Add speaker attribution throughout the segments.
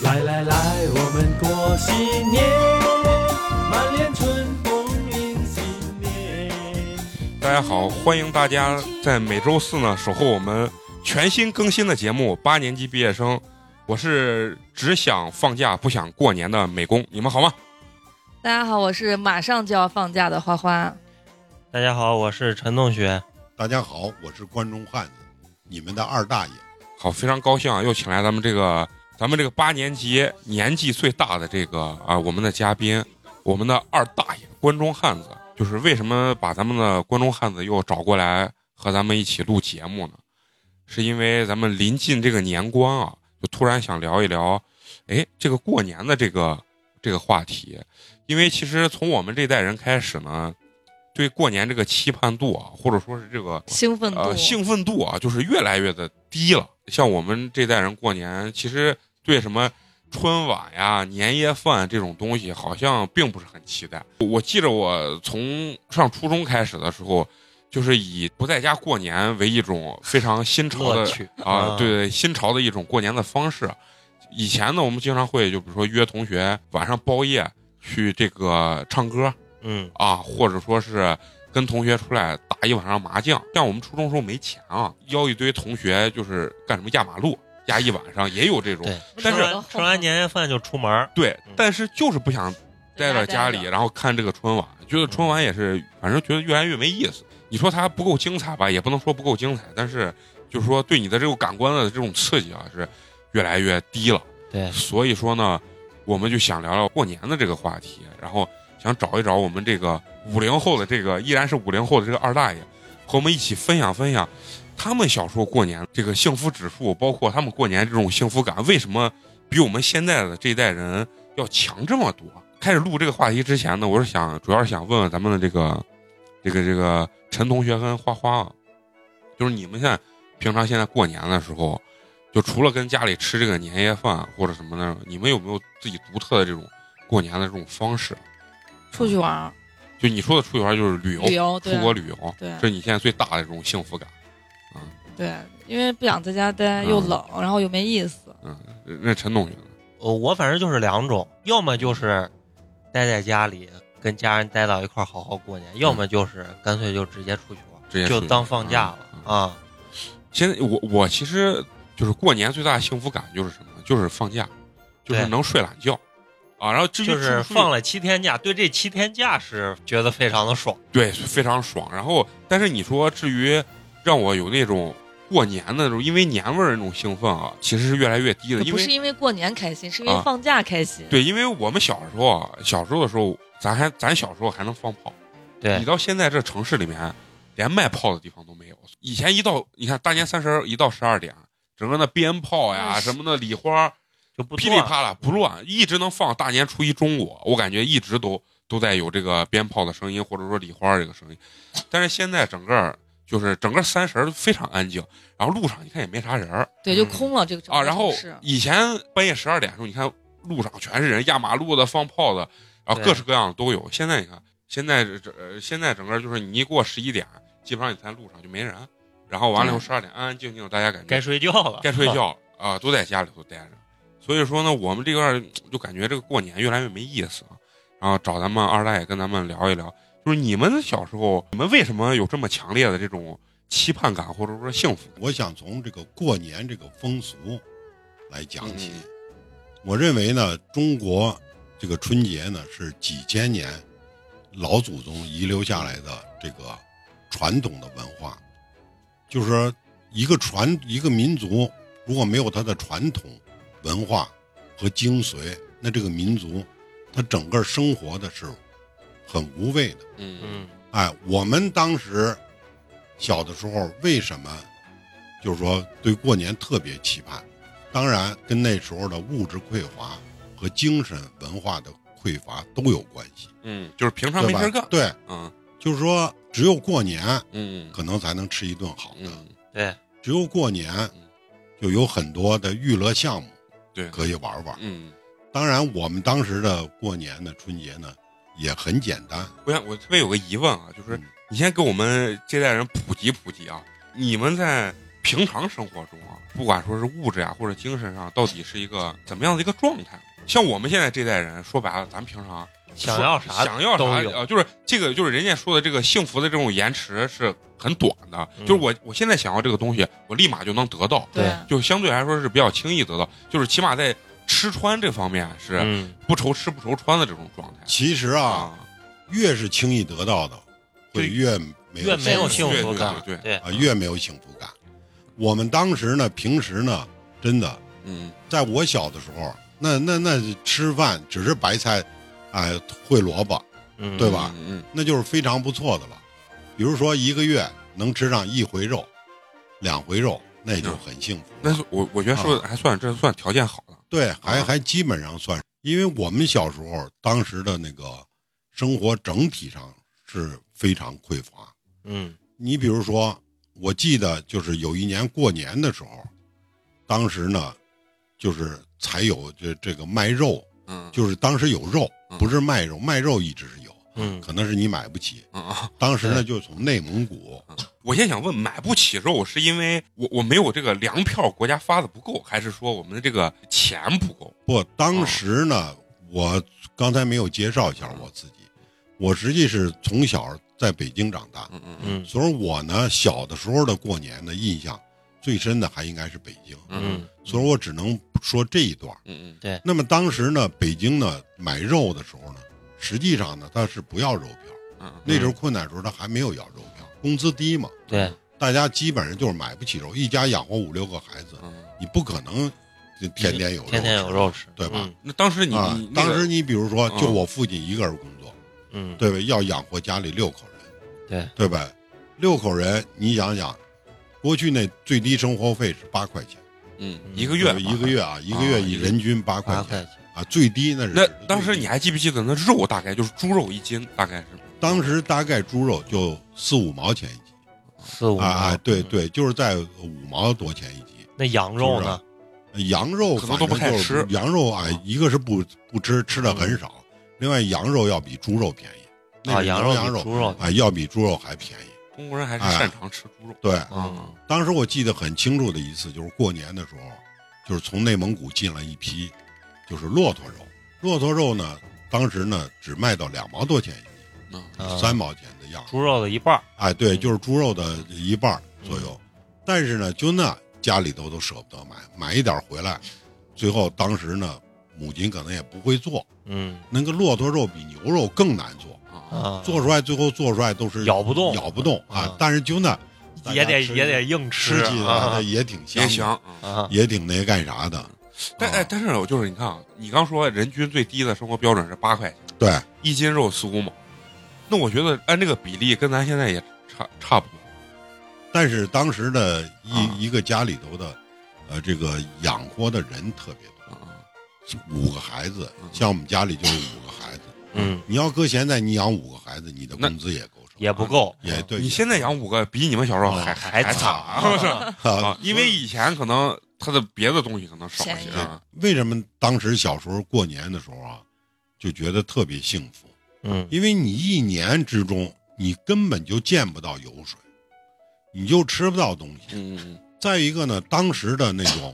Speaker 1: 来来来，我们过新年，满脸春风迎新年。
Speaker 2: 大家好，欢迎大家在每周四呢守候我们全新更新的节目《八年级毕业生》，我是只想放假不想过年的美工，你们好吗？
Speaker 3: 大家好，我是马上就要放假的花花。
Speaker 4: 大家好，我是陈同学。
Speaker 5: 大家好，我是关中汉子，你们的二大爷。
Speaker 2: 好，非常高兴啊，又请来咱们这个咱们这个八年级年纪最大的这个啊，我们的嘉宾，我们的二大爷关中汉子，就是为什么把咱们的关中汉子又找过来和咱们一起录节目呢？是因为咱们临近这个年关啊，就突然想聊一聊，哎，这个过年的这个这个话题，因为其实从我们这代人开始呢，对过年这个期盼度啊，或者说是这个
Speaker 3: 兴奋度，
Speaker 2: 呃，兴奋度啊，就是越来越的低了。像我们这代人过年，其实对什么春晚呀、年夜饭这种东西，好像并不是很期待。我记着我从上初中开始的时候，就是以不在家过年为一种非常新潮
Speaker 4: 乐
Speaker 2: 的
Speaker 4: 趣
Speaker 2: 啊，对，对，新潮的一种过年的方式。以前呢，我们经常会就比如说约同学晚上包夜去这个唱歌，
Speaker 4: 嗯，
Speaker 2: 啊，或者说是跟同学出来打一晚上麻将。像我们初中时候没钱啊，邀一堆同学就是干什么压马路，压一晚上也有这种。
Speaker 4: 对。
Speaker 2: 但
Speaker 4: 吃
Speaker 2: 是
Speaker 4: 完吃完年夜饭就出门儿，
Speaker 2: 对
Speaker 4: 嗯
Speaker 2: 但是就是不想待在家里，然后看这个春晚，觉得春晚也是，反正觉得越来越没意思。你说它不够精彩吧，也不能说不够精彩，但是就是说对你的这种感官的这种刺激啊，是越来越低了。
Speaker 4: 对
Speaker 2: 所以说呢，我们就想聊聊过年的这个话题，然后想找一找我们这个五零后的这个依然是五零后的这个二大爷，和我们一起分享分享他们小时候过年这个幸福指数，包括他们过年这种幸福感，为什么比我们现在的这一代人要强这么多？开始录这个话题之前呢，我是想主要是想问问咱们的这个这个这个陈同学跟花花啊，就是你们现在平常现在过年的时候，就除了跟家里吃这个年夜饭或者什么的，你们有没有自己独特的这种过年的这种方式？
Speaker 3: 出去玩儿、
Speaker 2: 就你说的出去玩就是旅游，
Speaker 3: 旅游，对啊
Speaker 2: 出国旅游，
Speaker 3: 对
Speaker 2: 这是你现在最大的这种幸福感。
Speaker 3: 对，因为不想在家待，又
Speaker 2: 嗯
Speaker 3: 冷，然后又没意思。
Speaker 2: 呃那陈同学呢？
Speaker 4: 呃我反正就是两种，要么就是待在家里跟家人待到一块儿好好过年，要么就是干脆就直接出去玩，
Speaker 2: 直接出
Speaker 4: 就
Speaker 2: 去
Speaker 4: 当放假了
Speaker 2: 嗯
Speaker 4: 啊。
Speaker 2: 现在我我其实就是过年最大的幸福感就是什么？就是放假，就是
Speaker 4: 对
Speaker 2: 能睡懒觉啊。然后至于
Speaker 4: 就是
Speaker 2: 出不出去
Speaker 4: 放了七天假，对这七天假是觉得非常的爽。
Speaker 2: 对，非常爽。然后，但是你说至于让我有那种过年的那种，因为年味儿的那种兴奋啊，其实是越来越低的。因
Speaker 3: 不是
Speaker 2: 为
Speaker 3: 因为过年开心，是因
Speaker 2: 啊
Speaker 3: 为放假开心。
Speaker 2: 对，因为我们小时候啊，小时候的时候，咱还咱小时候还能放炮，你
Speaker 4: 对，
Speaker 2: 到现在这城市里面连卖炮的地方都没有。以前一到你看大年三十儿一到十二点，整个那鞭炮呀
Speaker 3: 哎
Speaker 2: 什么的礼花儿
Speaker 4: 就不
Speaker 2: 噼
Speaker 4: 做
Speaker 2: 里
Speaker 4: 了
Speaker 2: 啪啦不乱，一直能放大年初一中午，我感觉一直都都在有这个鞭炮的声音，或者说礼花儿这个声音。但是现在整个儿就是整个三十儿非常安静，然后路上你看也没啥人儿
Speaker 3: 对就空了这个城
Speaker 2: 啊。然后
Speaker 3: 市
Speaker 2: 以前半夜十二点的时候，你看路上全是人，压马路的、放炮的，啊，
Speaker 4: 对
Speaker 2: 各式各样的都有。现在你看，现在这这现在整个就是你一过十一点，基本上你在路上就没人，然后完了以后十二点安安静静，大家感觉
Speaker 4: 该睡觉了，
Speaker 2: 该睡觉了啊，都在家里头待着。所以说呢，我们这块儿就感觉这个过年越来越没意思啊。然后找咱们二大爷跟咱们聊一聊，就是你们小时候，你们为什么有这么强烈的这种期盼感，或者说幸福？
Speaker 5: 我想从这个过年这个风俗来讲起。
Speaker 2: 嗯
Speaker 5: 我认为呢，中国这个春节呢是几千年老祖宗遗留下来的这个传统的文化，就是说一个传一个民族如果没有它的传统文化和精髓，那这个民族它整个生活的是很无味的。
Speaker 2: 嗯
Speaker 4: 嗯，
Speaker 5: 哎，我们当时小的时候为什么就是说对过年特别期盼？当然跟那时候的物质匮乏和精神文化的匮乏都有关系，
Speaker 2: 嗯，就是平常
Speaker 5: 对
Speaker 2: 没
Speaker 5: 吧？
Speaker 2: 事儿干，
Speaker 5: 对，
Speaker 2: 嗯
Speaker 5: 就是说只有过年
Speaker 2: 嗯
Speaker 5: 可能才能吃一顿好的，
Speaker 2: 嗯，
Speaker 4: 对，
Speaker 5: 只有过年就有很多的娱乐项目
Speaker 2: 对，
Speaker 5: 可以玩玩。
Speaker 2: 嗯，
Speaker 5: 当然，我们当时的过年呢，春节呢也很简单，
Speaker 2: 我想我特别有个疑问啊，就是
Speaker 5: 嗯
Speaker 2: 你先给我们这代人普及普及啊，你们在平常生活中啊，不管说是物质啊呀或者精神上，到底是一个怎么样的一个状态？像我们现在这代人，说白了，咱们平常
Speaker 4: 想要啥
Speaker 2: 说想要
Speaker 4: 都
Speaker 2: 啥
Speaker 4: 有
Speaker 2: 呃就是这个就是人家说的这个幸福的这种延迟是很短的，
Speaker 4: 嗯
Speaker 2: 就是我我现在想要这个东西，我立马就能得到，
Speaker 4: 对
Speaker 2: 就相对来说是比较轻易得到，就是起码在吃穿这方面是
Speaker 4: 嗯，
Speaker 2: 不愁吃不愁穿的这种状态
Speaker 5: 其实啊，，越是轻易得到的，
Speaker 2: 对
Speaker 5: 会越没
Speaker 4: 越
Speaker 5: 有
Speaker 4: 没有
Speaker 2: 幸
Speaker 4: 幸
Speaker 2: 福
Speaker 4: 福
Speaker 2: 感
Speaker 4: 感，
Speaker 2: 对对
Speaker 4: 对
Speaker 5: 啊，越没有幸福感。我们当时呢，平时呢，真的，
Speaker 2: 嗯
Speaker 5: 在我小的时候，那那那吃饭只是白菜，哎、烩萝卜，
Speaker 4: 嗯
Speaker 5: 对吧？
Speaker 2: 嗯
Speaker 5: 那就是非常不错的了。比如说一个月能吃上一回肉，两回肉，那就很幸福了。
Speaker 2: 那是我我觉得说的还算这算条件好的，
Speaker 5: 对，还
Speaker 2: 嗯啊
Speaker 5: 还基本上算，因为我们小时候当时的那个生活整体上是非常匮乏。
Speaker 4: 嗯
Speaker 5: 你比如说，我记得就是有一年过年的时候，当时呢，就是才有这这个卖肉，
Speaker 2: 嗯，
Speaker 5: 就是当时有肉
Speaker 2: 嗯，
Speaker 5: 不是卖肉，卖肉一直是有，
Speaker 4: 嗯，
Speaker 5: 可能是你买不起。
Speaker 2: 嗯啊，
Speaker 5: 当时呢，就从内蒙古，
Speaker 2: 我现在想问，买不起肉是因为我我没有这个粮票，国家发的不够，还是说我们的这个钱不够？
Speaker 5: 不，
Speaker 2: 嗯
Speaker 5: 当时呢，我刚才没有介绍一下我自己，我实际是从小在北京长大，
Speaker 2: 嗯嗯
Speaker 4: 嗯
Speaker 5: 所以我呢小的时候的过年的印象最深的还应该是北京，
Speaker 2: 嗯
Speaker 4: 嗯
Speaker 5: 所以我只能说这一段。
Speaker 2: 嗯
Speaker 5: 那么当时呢，北京呢买肉的时候呢，实际上呢他是不要肉票，
Speaker 2: 嗯嗯
Speaker 5: 那时候困难的时候他还没有要肉票，工资低嘛，
Speaker 4: 对，
Speaker 5: 大家基本上就是买不起肉，一家养活五六个孩子，
Speaker 2: 嗯。
Speaker 5: 你不可能就天天有肉，
Speaker 4: 天天有。肉吃，
Speaker 5: 对吧
Speaker 4: 嗯？
Speaker 2: 那当时你
Speaker 5: 啊
Speaker 2: 你，那
Speaker 5: 当
Speaker 2: 个
Speaker 5: 时你比如说，
Speaker 2: 嗯
Speaker 5: 就我父亲一个人工作，
Speaker 4: 嗯，
Speaker 5: 对吧？要养活家里六口人，
Speaker 4: 对
Speaker 5: 对吧？六口人，你想想，过去那最低生活费是八块钱，
Speaker 2: 嗯
Speaker 4: 嗯
Speaker 2: 一个月吧
Speaker 5: 对吧一个。月啊，一个
Speaker 2: 啊
Speaker 5: 月
Speaker 2: 一
Speaker 5: 以
Speaker 2: 个
Speaker 5: 人均八块
Speaker 4: 八
Speaker 5: 钱
Speaker 4: 块钱，
Speaker 5: 啊，最低那是。
Speaker 2: 那
Speaker 5: 指的最
Speaker 2: 当时
Speaker 5: 低
Speaker 2: 你还记不记得那肉大概就是猪肉一斤大概是？
Speaker 5: 当时大概猪肉就四五毛钱一斤
Speaker 4: 四五
Speaker 5: 啊啊，
Speaker 4: 毛
Speaker 5: 对，对，就是在五毛多钱一斤。
Speaker 4: 那羊肉呢？
Speaker 5: 羊肉
Speaker 2: 可能都不
Speaker 5: 反
Speaker 2: 太
Speaker 5: 正就是
Speaker 2: 吃
Speaker 5: 羊肉啊
Speaker 2: 啊，
Speaker 5: 一个是不不吃，吃的很少，另外羊肉要比猪肉便宜，
Speaker 4: 嗯
Speaker 5: 那
Speaker 4: 啊，
Speaker 5: 是
Speaker 4: 羊
Speaker 5: 牛羊
Speaker 4: 比猪肉
Speaker 5: 啊要比猪肉还便宜。
Speaker 2: 中国人还是
Speaker 5: 哎
Speaker 2: 擅长吃猪肉。
Speaker 5: 对，
Speaker 2: 啊
Speaker 4: 嗯
Speaker 5: 当时我记得很清楚的一次，就是过年的时候，就是从内蒙古进来一批，就是骆驼肉。骆驼肉呢，当时呢只卖到两毛多钱一斤，
Speaker 2: 嗯
Speaker 4: 啊
Speaker 5: 三毛钱的样子。
Speaker 4: 猪肉的一半儿，
Speaker 5: 哎，对，就是猪肉的一半儿左右。
Speaker 4: 嗯
Speaker 5: 但是呢，就那家里头都舍不得买，买一点儿回来，最后当时呢，母亲可能也不会做，
Speaker 4: 嗯
Speaker 5: 那个骆驼肉比牛肉更难做，
Speaker 2: 啊
Speaker 4: 啊，
Speaker 5: 做出来最后做出来都是
Speaker 4: 咬不动
Speaker 5: 咬不动啊
Speaker 4: 啊。
Speaker 5: 但是就那
Speaker 4: 也
Speaker 5: 大
Speaker 4: 得
Speaker 5: 家吃
Speaker 4: 也得硬
Speaker 5: 吃起来
Speaker 4: 啊
Speaker 5: 呢也挺香
Speaker 2: 也
Speaker 5: 的。
Speaker 2: 行。嗯
Speaker 4: 啊，
Speaker 5: 也挺那干啥的，
Speaker 2: 但哎，但是我就是你看啊，你刚说人均最低的生活标准是八块钱
Speaker 5: 对，
Speaker 2: 一斤肉四五毛，那我觉得按这个比例跟咱现在也差差不多。
Speaker 5: 但是当时的一、
Speaker 4: 嗯
Speaker 2: 啊
Speaker 5: 一个家里头的，呃，这个养活的人特别多，
Speaker 2: 啊
Speaker 5: 五个孩子
Speaker 2: 嗯，
Speaker 5: 像我们家里就是五个孩子。
Speaker 4: 嗯，
Speaker 5: 你要搁现在，你养五个孩子，你的
Speaker 2: 那
Speaker 5: 工资也够收，
Speaker 4: 也不够，
Speaker 5: 也哎对。
Speaker 2: 你现在养五个比你们小时候
Speaker 5: 啊
Speaker 2: 还
Speaker 4: 还
Speaker 2: 还
Speaker 4: 惨
Speaker 2: 惨，是 吧
Speaker 5: 啊
Speaker 2: 啊，因为以前可能他的别的东西可能少一些
Speaker 5: 对
Speaker 2: 啊，
Speaker 5: 为什么当时小时候过年的时候啊，就觉得特别幸福？
Speaker 4: 嗯
Speaker 5: 因为你一年之中，你根本就见不到油水，你就吃不到东西。
Speaker 2: 嗯嗯
Speaker 5: 再一个呢，当时的那种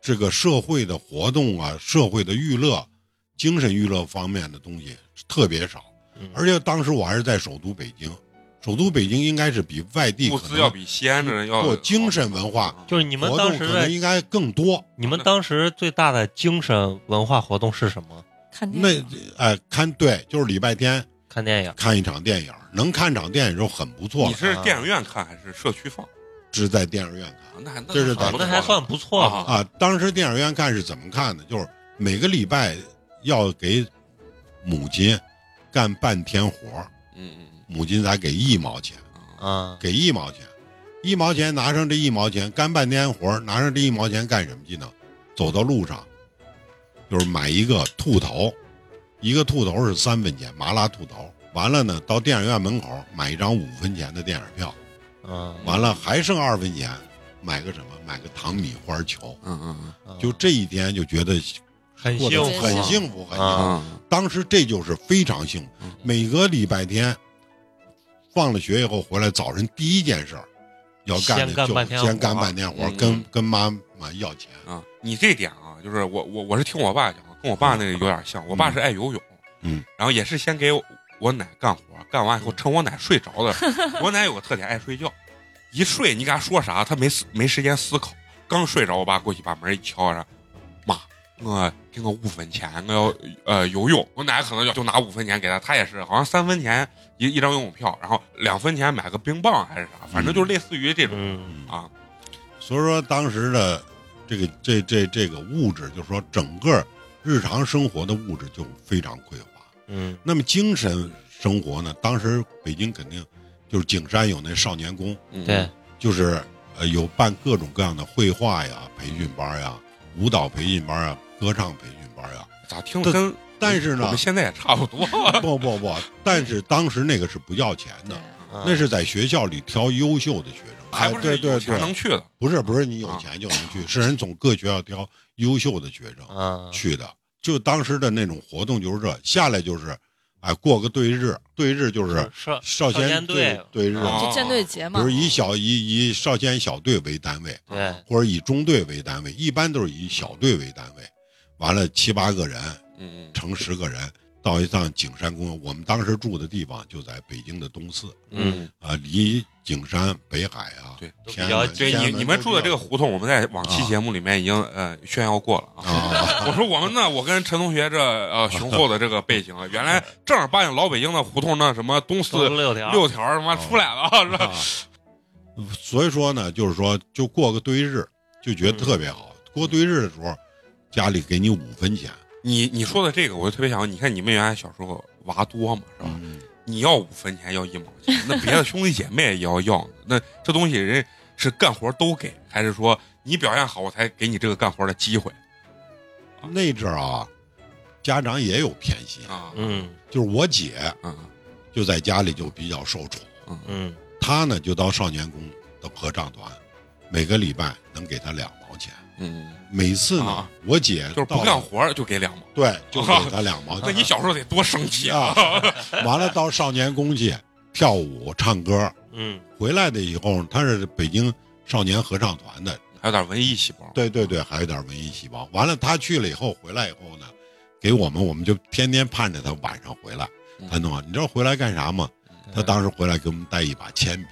Speaker 5: 这个社会的活动啊，社会的娱乐、精神娱乐方面的东西特别少，
Speaker 4: 嗯
Speaker 5: 而且当时我还是在首都北京，首都北京应该是比外地
Speaker 2: 嗯，物
Speaker 5: 可
Speaker 2: 资
Speaker 5: 能
Speaker 2: 要比西安的人要
Speaker 5: 做精神文化
Speaker 2: 啊
Speaker 4: 就是你们
Speaker 5: 活
Speaker 4: 当
Speaker 5: 动
Speaker 4: 时
Speaker 5: 可能
Speaker 4: 的
Speaker 5: 应该更多。
Speaker 4: 你们当时最大的精神文化活动是什么？
Speaker 3: 看
Speaker 5: 那
Speaker 3: 电影，
Speaker 5: 哎、看对，就是礼拜天
Speaker 4: 看电影，
Speaker 5: 看一场电影，能看场电影就很不错
Speaker 2: 你
Speaker 5: 了，啊
Speaker 2: 是电影院看还是社区放？
Speaker 5: 是在电影院看
Speaker 2: 啊那还那
Speaker 5: 这是
Speaker 2: 还
Speaker 5: 咱
Speaker 2: 不
Speaker 5: 们
Speaker 2: 错
Speaker 4: 那还算不错
Speaker 2: 啊
Speaker 4: 了。
Speaker 5: 啊。当时电影院看是怎么看的？就是每个礼拜要给母亲干半天活儿
Speaker 2: 嗯嗯嗯
Speaker 5: 母亲才给一毛钱，
Speaker 2: 嗯啊
Speaker 4: 啊，
Speaker 5: 给一毛钱，一毛钱拿上这一毛钱干半天活儿，拿上这一毛钱干什么去呢？走到路上，就是买一个兔头，一个兔头是三分钱，麻辣兔头。完了呢，到电影院门口买一张五分钱的电影票，
Speaker 4: 嗯，
Speaker 5: 完了还剩二分钱，买个什么？买个糖米花球。
Speaker 2: 嗯嗯
Speaker 4: 嗯
Speaker 5: 就这一天就觉得
Speaker 4: 很
Speaker 5: 过得
Speaker 4: 幸福，
Speaker 5: 很幸福，很幸福。
Speaker 2: 嗯
Speaker 4: 啊
Speaker 2: 嗯，
Speaker 5: 当时这就是非常幸福
Speaker 2: 嗯。
Speaker 5: 每个礼拜天放了学以后回来，早晨第一件事儿要干
Speaker 4: 先
Speaker 5: 的
Speaker 4: 干
Speaker 5: 就
Speaker 4: 半天活
Speaker 5: 先干半天活，
Speaker 2: 嗯
Speaker 5: 跟跟妈妈要钱。
Speaker 2: 啊，你这点啊，就是我我我是听我爸讲，跟我爸那个有点像。我爸是爱游泳，
Speaker 5: 嗯，
Speaker 2: 然后也是先给我我奶干活，干完以后趁我奶睡着的时候，我奶有个特点爱睡觉，一睡你跟他说啥，他没思没时间思考，刚睡着，我爸过去把门一敲上，妈，我给我五分钱，我要呃游泳，我奶可能就就拿五分钱给他，他也是好像三分钱一一张游泳票，然后两分钱买个冰棒还是啥，反正就类似于这种、
Speaker 4: 嗯
Speaker 2: 啊，
Speaker 5: 所以说当时的这个这这这个物质，就是说整个日常生活的物质就非常匮乏。
Speaker 4: 嗯
Speaker 5: 那么精神生活呢？当时北京肯定就是景山有那少年宫，
Speaker 2: 嗯
Speaker 4: 对，
Speaker 5: 就是呃有办各种各样的绘画呀、培训班呀、舞蹈培训班呀、歌唱培训班呀。
Speaker 2: 咋听着跟
Speaker 5: 但是
Speaker 2: 哎我
Speaker 5: 呢
Speaker 2: 们，现在也差不多。
Speaker 5: 不不不，但是当时那个是不要钱的，
Speaker 2: 啊
Speaker 4: 嗯
Speaker 5: 那是在学校里挑优秀的学生，
Speaker 2: 还不
Speaker 5: 哎
Speaker 2: 是
Speaker 5: 对
Speaker 2: 有
Speaker 5: 对
Speaker 2: 钱能
Speaker 5: 对，
Speaker 2: 去的。
Speaker 5: 不是不是你有
Speaker 2: 啊
Speaker 5: 钱就能去，是人从各学校挑优秀的学生
Speaker 4: 啊，
Speaker 5: 去的。就当时的那种活动就是这，下来就是，哎，过个对日，对日就是
Speaker 4: 是
Speaker 5: 少
Speaker 4: 少先
Speaker 5: 先队
Speaker 4: 队
Speaker 5: 对日，
Speaker 2: 啊
Speaker 3: 就舰队节
Speaker 5: 比
Speaker 3: 嘛
Speaker 5: 如，以小以以少先小队为单位，
Speaker 2: 啊
Speaker 4: 对，
Speaker 5: 或者以中队为单位，一般都是以小队为单位，完了七八个人，
Speaker 2: 嗯
Speaker 5: 成十个人到一趟景山公园。我们当时住的地方就在北京的东四
Speaker 2: 嗯，
Speaker 5: 啊，离景山、北海啊，
Speaker 2: 对
Speaker 4: 都比
Speaker 5: 天安
Speaker 4: 较
Speaker 5: 门
Speaker 2: 对
Speaker 5: 天安
Speaker 2: 你
Speaker 5: 门
Speaker 2: 你们
Speaker 5: 都
Speaker 2: 住的
Speaker 5: 比
Speaker 2: 这
Speaker 5: 较
Speaker 2: 个胡同，我们在往期节目里面已经呃炫耀过了啊。
Speaker 5: 啊，
Speaker 2: 我说我们呢，我跟陈同学这呃雄厚的这个背景啊，原来正儿八经老北京的胡同呢，什么东
Speaker 4: 都
Speaker 2: 四
Speaker 4: 六条，
Speaker 2: 六条他妈
Speaker 5: 啊
Speaker 2: 出来了，是吧？
Speaker 5: 啊所以说呢，就是说就过个对日，就觉
Speaker 2: 嗯
Speaker 5: 得特别好。过对日的时候，家里给你五分钱，啊
Speaker 2: 你你说的这个，我就特别想问，你看你们原来小时候娃多嘛，是吧？
Speaker 5: 嗯
Speaker 2: 你要五分钱要一毛钱，那别的兄弟姐妹也要要，那这东西人是干活都给，还是说你表现好我才给你这个干活的机会
Speaker 5: 那阵儿啊，家长也有偏心，
Speaker 2: 啊？
Speaker 4: 嗯
Speaker 5: 就是我姐
Speaker 2: 嗯
Speaker 5: 就在家里就比较受宠。
Speaker 2: 嗯
Speaker 4: 嗯
Speaker 5: 他呢就到少年宫的合唱团，每个礼拜能给他两毛钱。
Speaker 2: 嗯。
Speaker 5: 每次呢，
Speaker 2: 啊
Speaker 5: 我姐
Speaker 2: 就是
Speaker 5: 到
Speaker 2: 不
Speaker 5: 了
Speaker 2: 干，活儿就给两毛。
Speaker 5: 对，就给他两毛
Speaker 2: 那
Speaker 5: 钱。
Speaker 2: 你小时候得多生气啊！
Speaker 5: 完了到少年宫去跳舞唱歌，
Speaker 4: 嗯
Speaker 5: 回来的以后他是北京少年合唱团的，
Speaker 2: 还有点文艺细胞。
Speaker 5: 对对对，还有点文艺细胞。完了他去了以后回来以后呢，给我们我们就天天盼着他晚上回来
Speaker 2: 嗯，
Speaker 5: 他弄啊，你知道回来干啥吗？他当时回来给我们带一把铅笔，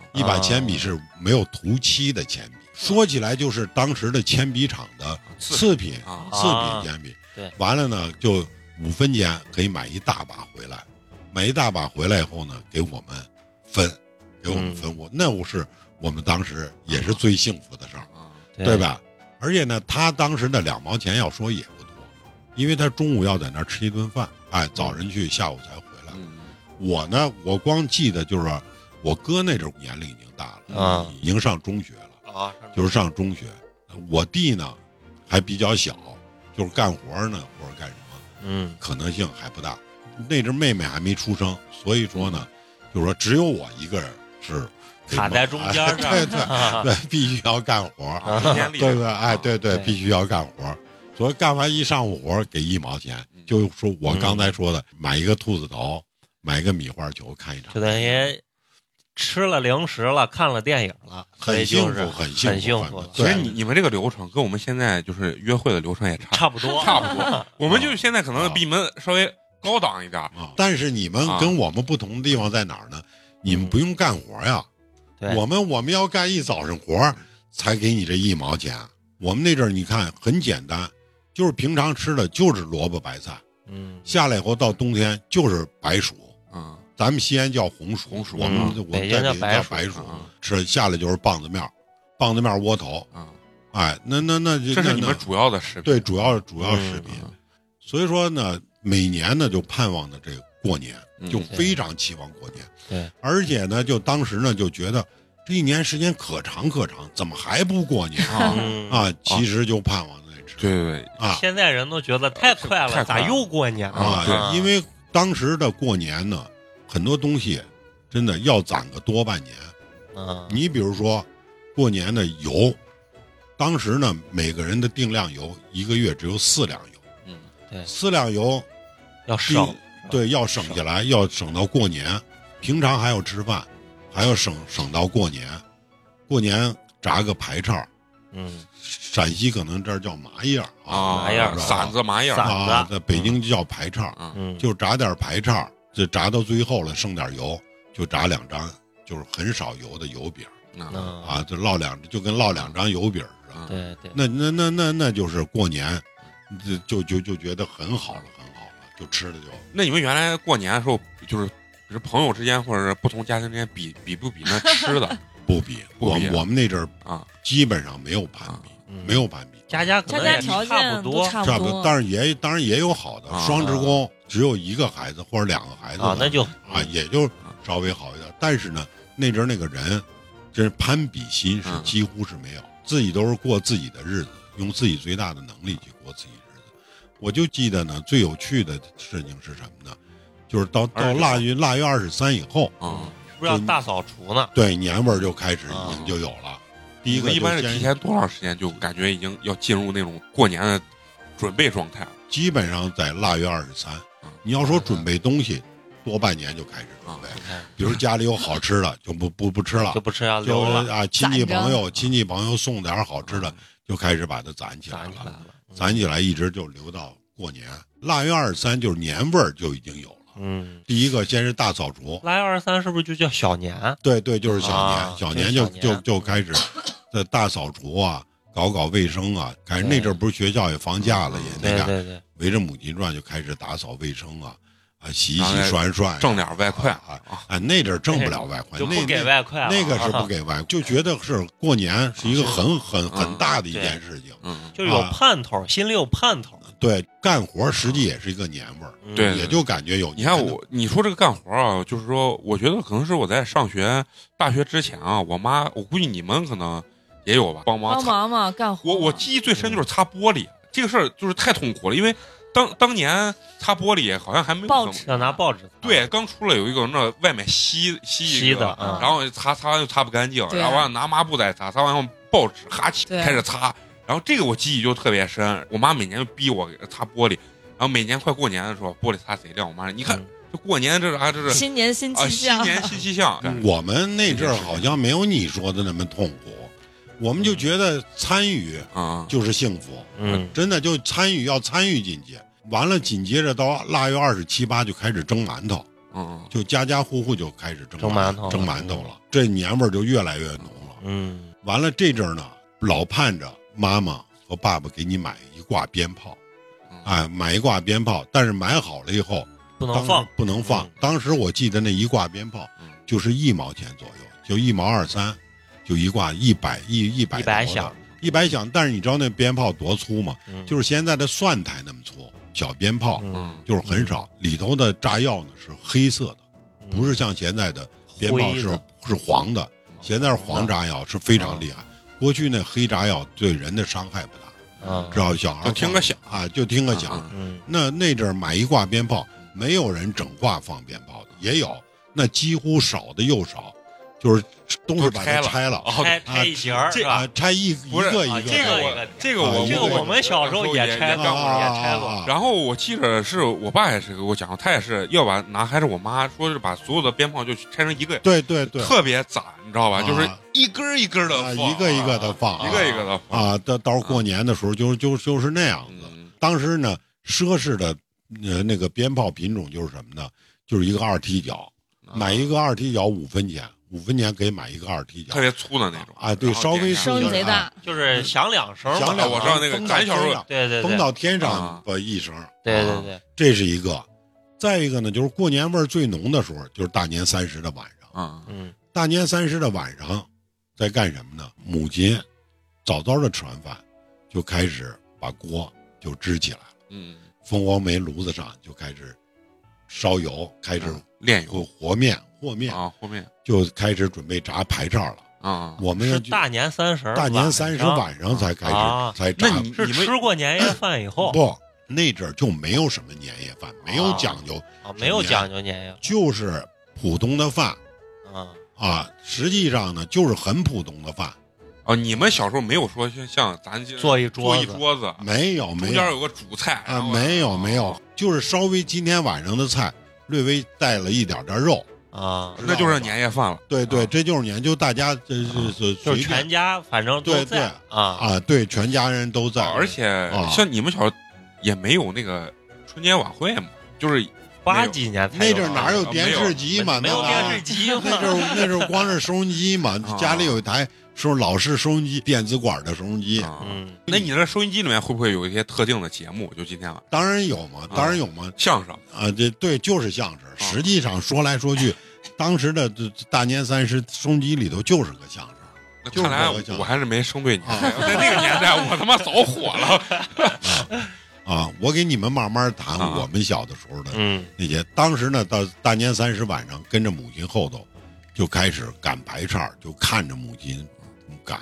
Speaker 2: 哦
Speaker 5: 一把铅笔是没有涂漆的铅笔。说起来就是当时的铅笔厂的次品，
Speaker 2: 啊，
Speaker 5: 次品铅笔。
Speaker 4: 对
Speaker 5: 完了呢，就五分钱可以买一大把回来，买一大把回来以后呢，给我们分，给我们
Speaker 2: 嗯
Speaker 5: 分。我那我是我们当时也是最幸福的事儿，
Speaker 2: 啊
Speaker 5: 对？吧？而且呢，他当时的两毛钱要说也不多，因为他中午要在那儿吃一顿饭，
Speaker 4: 嗯
Speaker 5: 哎，早晨去，下午才回来。
Speaker 2: 嗯
Speaker 5: 我呢，我光记得就是我哥那阵儿年龄已经大了，
Speaker 4: 啊
Speaker 5: 已经上中学了，
Speaker 4: 啊，
Speaker 5: 就是上中学。我弟呢，还比较小，就是干活呢或者干什么，
Speaker 4: 嗯
Speaker 5: 可能性还不大。那阵儿妹妹还没出生，所以说呢，就是说只有我一个人是
Speaker 4: 嗯卡在中间儿这
Speaker 5: 哎对对
Speaker 4: 儿，
Speaker 5: 对，必须要干活，
Speaker 2: 啊中间力
Speaker 5: 对不对？哎，对对，
Speaker 4: 对
Speaker 5: 必须要干活。所以干完一上午活给一毛钱
Speaker 2: 嗯，
Speaker 5: 就说我刚才说的，买一个兔子头，买一个米花球看一场
Speaker 4: 就，等于吃了零食了，看了电影
Speaker 5: 啊
Speaker 4: 了，所以
Speaker 5: 很幸
Speaker 4: 就
Speaker 5: 福
Speaker 4: 是
Speaker 5: 很幸
Speaker 4: 很
Speaker 5: 福
Speaker 4: 幸
Speaker 5: 很
Speaker 4: 福了，
Speaker 2: 其
Speaker 5: 对
Speaker 2: 实你你们这个流程跟我们现在就是约会的流程也差
Speaker 4: 差不多，
Speaker 2: 差不多，啊我们就是现在可能比你们稍微高档一点儿。
Speaker 5: 啊。但是你们跟我们不同的地方在哪儿呢？你们不用干活呀，
Speaker 4: 嗯对
Speaker 5: 我们我们要干一早上活才给你这一毛钱。我们那阵儿你看很简单，就是平常吃的就是萝卜白菜，
Speaker 4: 嗯，
Speaker 5: 下来以后到冬天就是白薯，
Speaker 2: 嗯
Speaker 5: 咱们西安叫红薯，
Speaker 2: 红薯
Speaker 5: 我们
Speaker 2: 嗯
Speaker 5: 我
Speaker 4: 北
Speaker 5: 们
Speaker 4: 京
Speaker 5: 在
Speaker 4: 叫
Speaker 5: 北京
Speaker 4: 白
Speaker 5: 叫
Speaker 4: 薯
Speaker 5: 白薯
Speaker 2: 嗯，
Speaker 5: 吃下来就是棒子面儿，棒子面儿窝头，
Speaker 2: 嗯，
Speaker 5: 哎，那那那就
Speaker 2: 这是
Speaker 5: 那
Speaker 2: 你
Speaker 5: 那
Speaker 2: 们主要的食品。
Speaker 5: 对主要主要食
Speaker 4: 嗯
Speaker 5: 品，所以说呢，每年呢就盼望着这个过年，
Speaker 2: 嗯
Speaker 5: 就
Speaker 4: 对
Speaker 5: 非常期望过年。
Speaker 4: 对，
Speaker 5: 而且呢，就当时呢就觉得这一年时间可长可长，怎么还不过年
Speaker 2: 啊，
Speaker 4: 嗯，
Speaker 5: 啊？其实就盼望那吃
Speaker 2: 对对对，
Speaker 5: 啊
Speaker 4: 现在人都觉得太快
Speaker 2: 太
Speaker 4: 了，
Speaker 2: 快
Speaker 4: 咋
Speaker 2: 了
Speaker 4: 又过年了？
Speaker 2: 啊
Speaker 5: 啊，
Speaker 2: 对
Speaker 5: 因为当时的过年呢，很多东西真的要攒个多半年。
Speaker 4: 嗯，
Speaker 5: 你比如说，过年的油，当时呢每个人的定量油一个月只有四两油，
Speaker 2: 嗯，
Speaker 5: 四两油
Speaker 4: 要
Speaker 5: 第一
Speaker 4: 省，
Speaker 5: 对，要省下来，要省到过年。平常还要吃饭，还要省省到过年。过年炸个排叉儿，
Speaker 4: 嗯，
Speaker 5: 陕西可能这儿叫麻叶儿
Speaker 2: 啊，
Speaker 4: 麻叶儿
Speaker 2: 馓子麻叶儿
Speaker 4: 馓
Speaker 5: 啊
Speaker 4: 馓，子
Speaker 5: 在北京就叫排叉儿，
Speaker 2: 啊，
Speaker 4: 嗯，
Speaker 5: 就炸点儿排叉儿，就炸到最后了，剩点儿油，就炸两张，就是很少油的油饼儿
Speaker 2: 啊
Speaker 4: 嗯
Speaker 5: 啊，，就烙两，就跟烙两张油饼儿似的。
Speaker 2: 啊
Speaker 4: 对对，
Speaker 5: 那那那那那就是过年，就就就就觉得很好了，很好了，就吃的就
Speaker 2: 那你们原来过年的时候，就是比如朋友之间或者是不同家庭之间比比不比那吃的
Speaker 5: 不比。
Speaker 2: 不比
Speaker 5: 我我们那阵儿
Speaker 2: 啊？
Speaker 5: 基本上没有攀比，
Speaker 4: 嗯
Speaker 5: 没有攀比，
Speaker 4: 家家可
Speaker 3: 家
Speaker 4: 能
Speaker 3: 家
Speaker 4: 也
Speaker 3: 条
Speaker 4: 差
Speaker 3: 件
Speaker 4: 不
Speaker 3: 都
Speaker 4: 多
Speaker 3: 差
Speaker 5: 差
Speaker 3: 不
Speaker 5: 不多。
Speaker 3: 多，
Speaker 5: 但是也当然也有好的，
Speaker 2: 啊
Speaker 5: 双职工只有一个孩子或者两个孩子的
Speaker 4: 啊，那就
Speaker 5: 啊
Speaker 2: 嗯
Speaker 5: 也就稍微好一点。但是呢，那阵儿那个人，真是攀比心是
Speaker 2: 嗯
Speaker 5: 几乎是没有，自己都是过自己的日子，用自己最大的能力去过自己日子。我就记得呢，最有趣的事情是什么呢？就是到到
Speaker 2: 23
Speaker 5: 腊月腊月二十三以后，
Speaker 2: 啊，
Speaker 4: 是不是要大扫除呢？
Speaker 5: 对年味儿就开始已
Speaker 4: 啊
Speaker 5: 经就有了。第一个
Speaker 2: 一
Speaker 5: 就
Speaker 2: 般是
Speaker 5: 先
Speaker 2: 提前多长时间就感觉已经要进入那种过年的准备状态了
Speaker 5: 基本上在腊月二十三
Speaker 2: 嗯。
Speaker 5: 你要说准备东西，多半年就开始准备
Speaker 2: 啊，
Speaker 4: 你看
Speaker 5: 比如家里有好吃的就不不不吃了
Speaker 4: 就，不吃要
Speaker 5: 就
Speaker 4: 留
Speaker 5: 是
Speaker 4: 了，
Speaker 5: 啊亲戚
Speaker 3: 攒着
Speaker 5: 朋
Speaker 4: 嗯
Speaker 5: 友亲戚朋友送点儿好吃的，就开始把它攒起来
Speaker 4: 攒起来
Speaker 5: 了，
Speaker 4: 了，嗯
Speaker 5: 攒起来一直就留到过年。腊月二十三就是年味儿就已经有了。
Speaker 4: 嗯，
Speaker 5: 第一个先是大扫除，
Speaker 4: 腊月二十三是不是就叫小年？
Speaker 5: 对对，就是小
Speaker 4: 啊
Speaker 5: 年，
Speaker 4: 就
Speaker 5: 小
Speaker 4: 是
Speaker 5: 年
Speaker 4: 小
Speaker 5: 就
Speaker 4: 年嗯
Speaker 5: 就就开始的大扫除啊，搞搞卫生啊。开始
Speaker 4: 对嗯
Speaker 5: 那阵儿不是学校也放假了，也那
Speaker 4: 对
Speaker 5: 样，
Speaker 4: 对对，
Speaker 5: 围着母鸡转就开始打扫卫生啊，啊，洗一
Speaker 2: 然后
Speaker 5: 洗
Speaker 2: 再
Speaker 5: 涮一涮，
Speaker 2: 挣点外快
Speaker 5: 啊
Speaker 2: 啊
Speaker 5: 啊，那阵儿挣不了外快，
Speaker 4: 就
Speaker 5: 那
Speaker 4: 不给外快了，
Speaker 5: 那那个是不
Speaker 4: 啊，
Speaker 5: 给外，就觉得是过年是一个很很
Speaker 2: 嗯
Speaker 5: 很大的一件事情，
Speaker 2: 嗯，
Speaker 4: 就是有
Speaker 5: 啊
Speaker 4: 盼头，心里有盼头，
Speaker 5: 对，干活实际也是一个年味儿，
Speaker 4: 嗯
Speaker 2: 对
Speaker 5: 也就感觉有
Speaker 2: 你
Speaker 5: 年的。
Speaker 2: 看我，你说这个干活啊，就是说，我觉得可能是我在上学、大学之前啊，我妈，我估计你们可能也有吧，帮忙
Speaker 3: 帮
Speaker 2: 擦
Speaker 3: 忙嘛，干活
Speaker 2: 我
Speaker 3: 嘛。
Speaker 2: 我记忆最深就是擦玻璃、这个事儿，就是太痛苦了，因为当当年擦玻璃好像还没有
Speaker 3: 报
Speaker 2: 怎么
Speaker 3: 纸
Speaker 4: 要拿报纸，
Speaker 2: 对，刚出来有一个那外面吸吸一
Speaker 4: 吸
Speaker 2: 个
Speaker 4: 的啊，
Speaker 2: 然后擦擦完又擦不干净，
Speaker 3: 对啊
Speaker 2: 然后完了拿抹布再擦，擦完用报纸哈气
Speaker 3: 对
Speaker 2: 开始擦，然后这个我记忆就特别深，我妈每年就逼我给擦玻璃，然后每年快过年的时候玻璃擦贼亮，我妈说你看
Speaker 4: 嗯
Speaker 2: 这过年这是啊这是
Speaker 3: 新年新
Speaker 2: 啊
Speaker 3: 气
Speaker 2: 新
Speaker 3: 象，
Speaker 2: 年新气象，
Speaker 5: 我们那阵儿好像没有你说的那么痛苦，我们就觉得参与
Speaker 2: 啊
Speaker 5: 就是幸福，
Speaker 4: 嗯，
Speaker 5: 真的就参与要参与进去。完了，紧接着到腊月二十七八就开始蒸馒头，
Speaker 2: 嗯
Speaker 5: 就家家户户就开始蒸
Speaker 4: 蒸
Speaker 5: 馒
Speaker 4: 馒头了
Speaker 5: 蒸馒头了，这年味儿就越来越浓了。
Speaker 4: 嗯
Speaker 5: 完了这阵儿呢，老盼着妈妈和爸爸给你买一挂鞭炮，
Speaker 2: 嗯
Speaker 5: 哎，买一挂鞭炮，但是买好了以后，
Speaker 4: 不
Speaker 5: 当
Speaker 4: 能
Speaker 5: 时
Speaker 4: 放，
Speaker 5: 不能放
Speaker 4: 嗯。
Speaker 5: 当时我记得那一挂鞭炮
Speaker 2: 嗯
Speaker 5: 就是一毛钱左右，就一毛二三，就一挂一百一一百
Speaker 4: 一百
Speaker 5: 头的
Speaker 4: 响，
Speaker 5: 一百响。但是你知道那鞭炮多粗吗？就是是现在的蒜苔那么粗，小鞭炮
Speaker 2: 嗯
Speaker 4: 嗯，
Speaker 5: 就是很少，里头的炸药呢是黑色的，不是像现在的鞭炮
Speaker 4: 嗯灰
Speaker 5: 是
Speaker 4: 的
Speaker 5: 是黄的，
Speaker 2: 嗯
Speaker 5: 现在是黄炸药是非常厉害。过去那黑炸药对人的伤害不大，
Speaker 4: 嗯，
Speaker 5: 知道小孩儿
Speaker 2: 就听个响
Speaker 5: 啊，就听个响。
Speaker 2: 嗯
Speaker 4: 嗯
Speaker 5: 那那阵儿买一挂鞭炮，没有人整挂放鞭炮的，也有，那几乎少的又少，就是都是把它
Speaker 2: 都
Speaker 5: 拆了
Speaker 2: 哦
Speaker 4: 拆拆一节儿是
Speaker 5: 啊
Speaker 4: 吧？，
Speaker 5: 拆一一
Speaker 2: 不是
Speaker 5: 个一
Speaker 4: 啊
Speaker 5: 个
Speaker 4: 这
Speaker 5: 的
Speaker 4: 个
Speaker 2: 我这个我
Speaker 5: 啊这个我
Speaker 4: 们小时候也拆
Speaker 2: 嗯也
Speaker 4: 过
Speaker 2: 干过
Speaker 4: 啊也拆过
Speaker 5: 啊
Speaker 2: 然后我记着是我爸也是给我讲，他也是要把拿还是我妈说是把所有的鞭炮就拆成一个，
Speaker 5: 对对对，
Speaker 2: 特别攒，你知道吧？
Speaker 5: 啊
Speaker 2: 就是一根儿一根儿的
Speaker 5: 啊
Speaker 2: 放，
Speaker 5: 一个一个的放
Speaker 2: 一个一个的放
Speaker 5: 啊，到到时候过年的时候就就就是那样子。
Speaker 2: 嗯
Speaker 5: 当时呢，奢侈的呃那个鞭炮品种就是什么呢？就是一个二踢脚，
Speaker 2: 啊嗯
Speaker 5: 买一个二踢脚五分钱，五分钱可以买一个二踢脚
Speaker 2: 特。别粗的那种
Speaker 5: 啊对稍微
Speaker 3: 声音贼大，
Speaker 4: 就是响两声嘛，
Speaker 5: 嗯
Speaker 4: 啊嗯
Speaker 5: 响两声
Speaker 2: 我知道那个
Speaker 5: 风到
Speaker 2: 咱小时候
Speaker 5: 天上
Speaker 4: 对对对，
Speaker 5: 风到天
Speaker 2: 啊
Speaker 5: 上呃一声，
Speaker 4: 对对对，
Speaker 5: 这是一个。再一个呢，就是过年味儿最浓的时候，就是大年三十的晚上。
Speaker 2: 啊，
Speaker 4: 嗯
Speaker 5: 大年三十的晚上，在干什么呢？母亲早早的吃完饭，就开始把锅就支起来了，
Speaker 2: 嗯
Speaker 5: 蜂窝煤炉子上就开始烧油，开始
Speaker 2: 炼油
Speaker 5: 和和面和面，
Speaker 2: 啊，后面
Speaker 5: 就开始准备炸排叉了。
Speaker 2: 啊，
Speaker 5: 我们
Speaker 4: 是
Speaker 5: 就
Speaker 4: 大年三十儿，
Speaker 5: 大年三十晚上才开始、
Speaker 4: 啊
Speaker 5: 才
Speaker 2: 那
Speaker 5: 炸，
Speaker 2: 你
Speaker 4: 是吃过年夜饭以后
Speaker 5: 不那阵儿就没有什么年夜饭，没有讲究，
Speaker 4: 啊，没有讲究年夜饭
Speaker 5: 就是普通的饭
Speaker 4: 啊，
Speaker 5: 啊。实际上呢，就是很普通的饭，
Speaker 2: 哦，你们小时候没有说像像咱这
Speaker 4: 坐一
Speaker 2: 坐
Speaker 4: 桌
Speaker 2: 一
Speaker 4: 子
Speaker 2: 桌子，
Speaker 5: 没有
Speaker 2: 啊中
Speaker 5: 嗯没
Speaker 2: 间
Speaker 5: 有
Speaker 2: 有个主菜哦
Speaker 5: 啊，没有没有，，就是稍微今天晚上的菜略微带了一点点肉。
Speaker 4: 啊，
Speaker 2: 然后那就是年夜饭了。
Speaker 5: 对对，
Speaker 2: 啊
Speaker 5: 这就是年，就大家这是是
Speaker 4: 就
Speaker 5: 随
Speaker 4: 是全
Speaker 5: 便
Speaker 4: 家反正都
Speaker 5: 对对
Speaker 4: 在啊
Speaker 5: 啊，对，全家人都在，
Speaker 2: 而且
Speaker 5: 啊
Speaker 2: 像你们小时候也没有那个春节晚会嘛，就是
Speaker 4: 八几年才
Speaker 5: 那阵儿
Speaker 4: 啊
Speaker 5: 哪有
Speaker 2: 啊
Speaker 5: 电视机嘛？
Speaker 4: 没有
Speaker 5: 那玩意儿啊
Speaker 4: 电视 机嘛？
Speaker 5: 那阵儿那阵儿光是收音机嘛
Speaker 2: 啊，
Speaker 5: 家里有一台收老式收音机，电子管的收音机，
Speaker 2: 啊，
Speaker 4: 嗯，
Speaker 2: 那你这收音机里面会不会有一些特定的节目？就今天晚上
Speaker 5: 当然有嘛，当然有嘛，
Speaker 2: 相声
Speaker 5: 啊，这对就是相声。
Speaker 4: 啊
Speaker 5: 实际上说来说去，当时的这大年三十收音机里头就是个相声。
Speaker 2: 那
Speaker 5: 就是
Speaker 2: 看来
Speaker 5: 我讲
Speaker 2: 我还是没生对你，
Speaker 5: 啊
Speaker 2: 在那个年代我他妈早火了。
Speaker 5: 啊，我给你们慢慢谈
Speaker 2: 啊
Speaker 5: 我们小的时候的
Speaker 4: 嗯
Speaker 5: 那些。当时呢，到大年三十晚上，跟着母亲后头就开始擀排叉，就看着母亲擀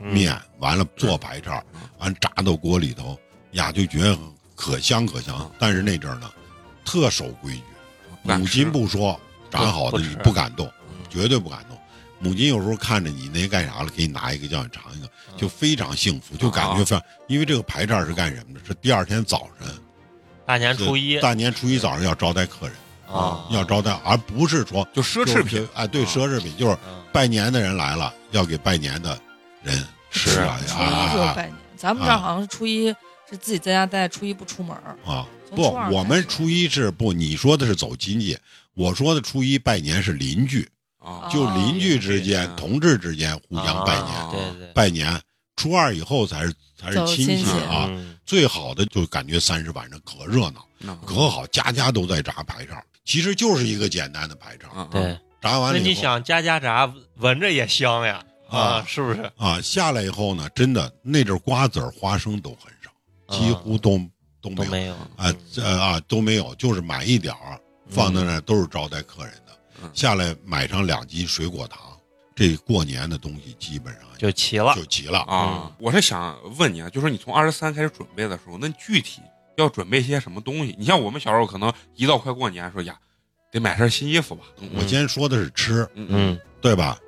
Speaker 4: 嗯
Speaker 5: 面，完了做排叉
Speaker 2: 嗯，
Speaker 5: 完炸到锅里头呀，就觉得可香可
Speaker 4: 嗯
Speaker 5: 香。但是那阵儿呢，特守规矩，母亲不说，炸好
Speaker 4: 不
Speaker 5: 的
Speaker 4: 吃嗯
Speaker 5: 你不敢动，绝对不敢动。母亲有时候看着你那干啥了，给你拿一个叫你尝一个，
Speaker 4: 嗯
Speaker 5: 就非常幸福，就
Speaker 4: 啊
Speaker 5: 感觉非常。因为这个排叉是干什么的？是第二天早晨，
Speaker 4: 大年初一
Speaker 5: 大年初一早上要招待客人，
Speaker 4: 啊，
Speaker 5: 要招待，而不是说
Speaker 2: 就奢侈品
Speaker 5: 就是哎，对，
Speaker 4: 啊
Speaker 5: 奢侈品就是
Speaker 4: 嗯
Speaker 5: 拜年的人来了，要给拜年的人吃啊
Speaker 3: 初
Speaker 5: 啊
Speaker 3: 一就
Speaker 5: 啊
Speaker 3: 拜年，咱们这儿好像是初一是自己在家待，初一不出门儿。
Speaker 5: 啊！
Speaker 3: 从
Speaker 5: 不
Speaker 3: 初二，
Speaker 5: 我
Speaker 3: 开
Speaker 5: 们
Speaker 3: 始
Speaker 5: 初一是不，你说的是走亲戚，我说的初一拜年是邻居，
Speaker 2: 啊，
Speaker 5: 就
Speaker 3: 哦
Speaker 5: 邻居之间、
Speaker 2: 邻居
Speaker 5: 同志之间互相拜年，
Speaker 4: 啊对对，
Speaker 5: 拜年。初二以后才是才是
Speaker 3: 走
Speaker 5: 亲
Speaker 3: 亲
Speaker 5: 戚
Speaker 3: 戚
Speaker 5: 啊，
Speaker 4: 嗯
Speaker 5: 最好的就感觉三十晚上可热闹，
Speaker 2: 那
Speaker 5: 可好，家家都在炸排叉，其实就是一个简单的排叉，
Speaker 2: 啊
Speaker 4: 对。
Speaker 5: 炸完
Speaker 4: 那
Speaker 5: 了
Speaker 4: 你
Speaker 5: 以后
Speaker 4: 想家家炸闻着也香呀啊
Speaker 5: 啊，
Speaker 4: 是不是？
Speaker 5: 啊，下来以后呢，真的那阵儿瓜子儿、花生都很少，几乎都都
Speaker 4: 都
Speaker 5: 没有
Speaker 4: 没有
Speaker 5: 啊，这啊都没有，就是买一点儿放在那儿都是招待客人的
Speaker 2: 嗯，
Speaker 5: 下来买上两斤水果糖，这过年的东西基本上
Speaker 4: 就齐了
Speaker 5: 就齐了。
Speaker 2: 啊，我是想问你啊，就说你从二十三开始准备的时候，那具体要准备些什么东西？你像我们小时候，可能一到快过年，说呀，得买身新衣服吧。
Speaker 5: 我先说的是吃，
Speaker 2: 嗯
Speaker 4: 嗯
Speaker 5: 对吧？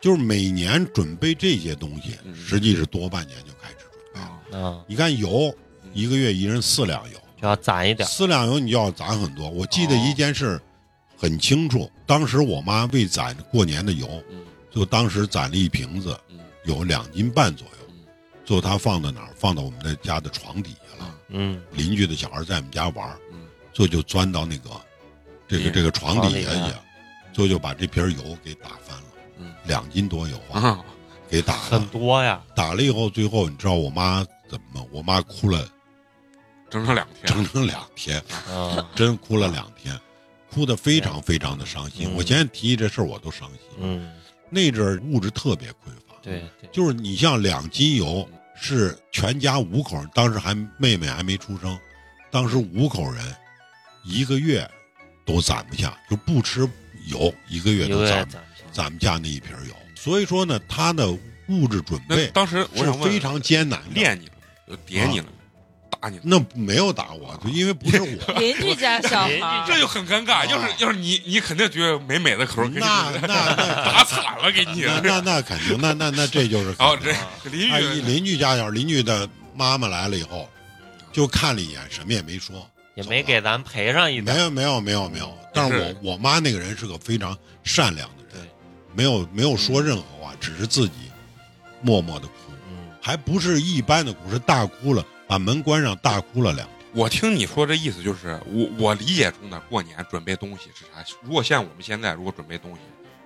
Speaker 5: 就是每年准备这些东西，
Speaker 2: 嗯
Speaker 5: 实际是多半年就开始准备了。
Speaker 2: 啊
Speaker 4: 嗯，
Speaker 5: 你看油
Speaker 2: 嗯，
Speaker 5: 一个月一人四两油，
Speaker 4: 就要攒一点儿
Speaker 5: 四两油你就要攒很多。我记得
Speaker 2: 哦
Speaker 5: 一件事很清楚，当时我妈为攒过年的油，
Speaker 2: 嗯
Speaker 5: 就当时攒了一瓶子，
Speaker 2: 嗯
Speaker 5: 有两斤半左右
Speaker 2: 嗯，
Speaker 5: 最后她放到哪儿？放到我们的家的床底下了。
Speaker 4: 嗯
Speaker 5: 邻居的小孩在我们家玩儿，
Speaker 2: 嗯
Speaker 5: 最后就钻到那个这个
Speaker 2: 嗯
Speaker 5: 这个床底下
Speaker 4: 床底
Speaker 5: 去
Speaker 4: 下，
Speaker 5: 最后就把这瓶油给打翻了，
Speaker 2: 嗯
Speaker 5: 两斤多油啊，
Speaker 2: 啊
Speaker 5: 给打
Speaker 4: 很
Speaker 5: 了。
Speaker 4: 多呀，
Speaker 5: 打了以后，最后你知道我妈怎么吗？我妈哭了
Speaker 2: 整整两天
Speaker 5: 整整两天。
Speaker 4: 嗯
Speaker 5: 真哭了两天，哭得非常非常的伤心。
Speaker 4: 嗯
Speaker 5: 我前天提起这事儿我都伤心。
Speaker 4: 嗯，
Speaker 5: 那阵儿物质特别匮乏，，
Speaker 4: 对对，
Speaker 5: 就是你像两斤油是全家五口人，当时还妹妹还没出生，当时五口人一个月都攒不下，就不吃油一个月
Speaker 4: 一个
Speaker 5: 都
Speaker 4: 月
Speaker 5: 攒不
Speaker 4: 攒不下，
Speaker 5: 攒不下那一瓶油。所以说呢，他的物质准
Speaker 2: 那
Speaker 5: 备
Speaker 2: 当时我
Speaker 5: 是
Speaker 2: 想问，
Speaker 5: 非常艰难的。
Speaker 2: 练你了，就叠你了，打你了，
Speaker 5: 那没有打我，就因为不是 我。
Speaker 3: 邻居家小孩
Speaker 4: 邻居
Speaker 3: 儿，
Speaker 2: 这就很尴尬。要是要是你，你肯定觉得美美的口给你
Speaker 5: 啊那那那
Speaker 2: 打惨了，给你。
Speaker 5: 那那那肯定，那那那 这就是肯定。
Speaker 2: 然后哦这邻
Speaker 5: 阿姨
Speaker 2: 居
Speaker 5: 邻居家要是邻居的妈妈来了以后，就看了一眼，什么也没说，
Speaker 4: 也没给咱赔上一
Speaker 5: 没
Speaker 4: 点儿，
Speaker 5: 有没有没有没有。但是我我妈那个人是个非常善良的人
Speaker 4: 对，
Speaker 5: 没有没
Speaker 2: 嗯
Speaker 5: 有说任何话，只是自己默默的哭，
Speaker 4: 嗯
Speaker 5: 还不是一般的哭，是大哭了，把门关上，大哭了两天。
Speaker 2: 我听你说这意思就是，我我理解中的过年准备东西是啥？如果像我们现在如果准备东西，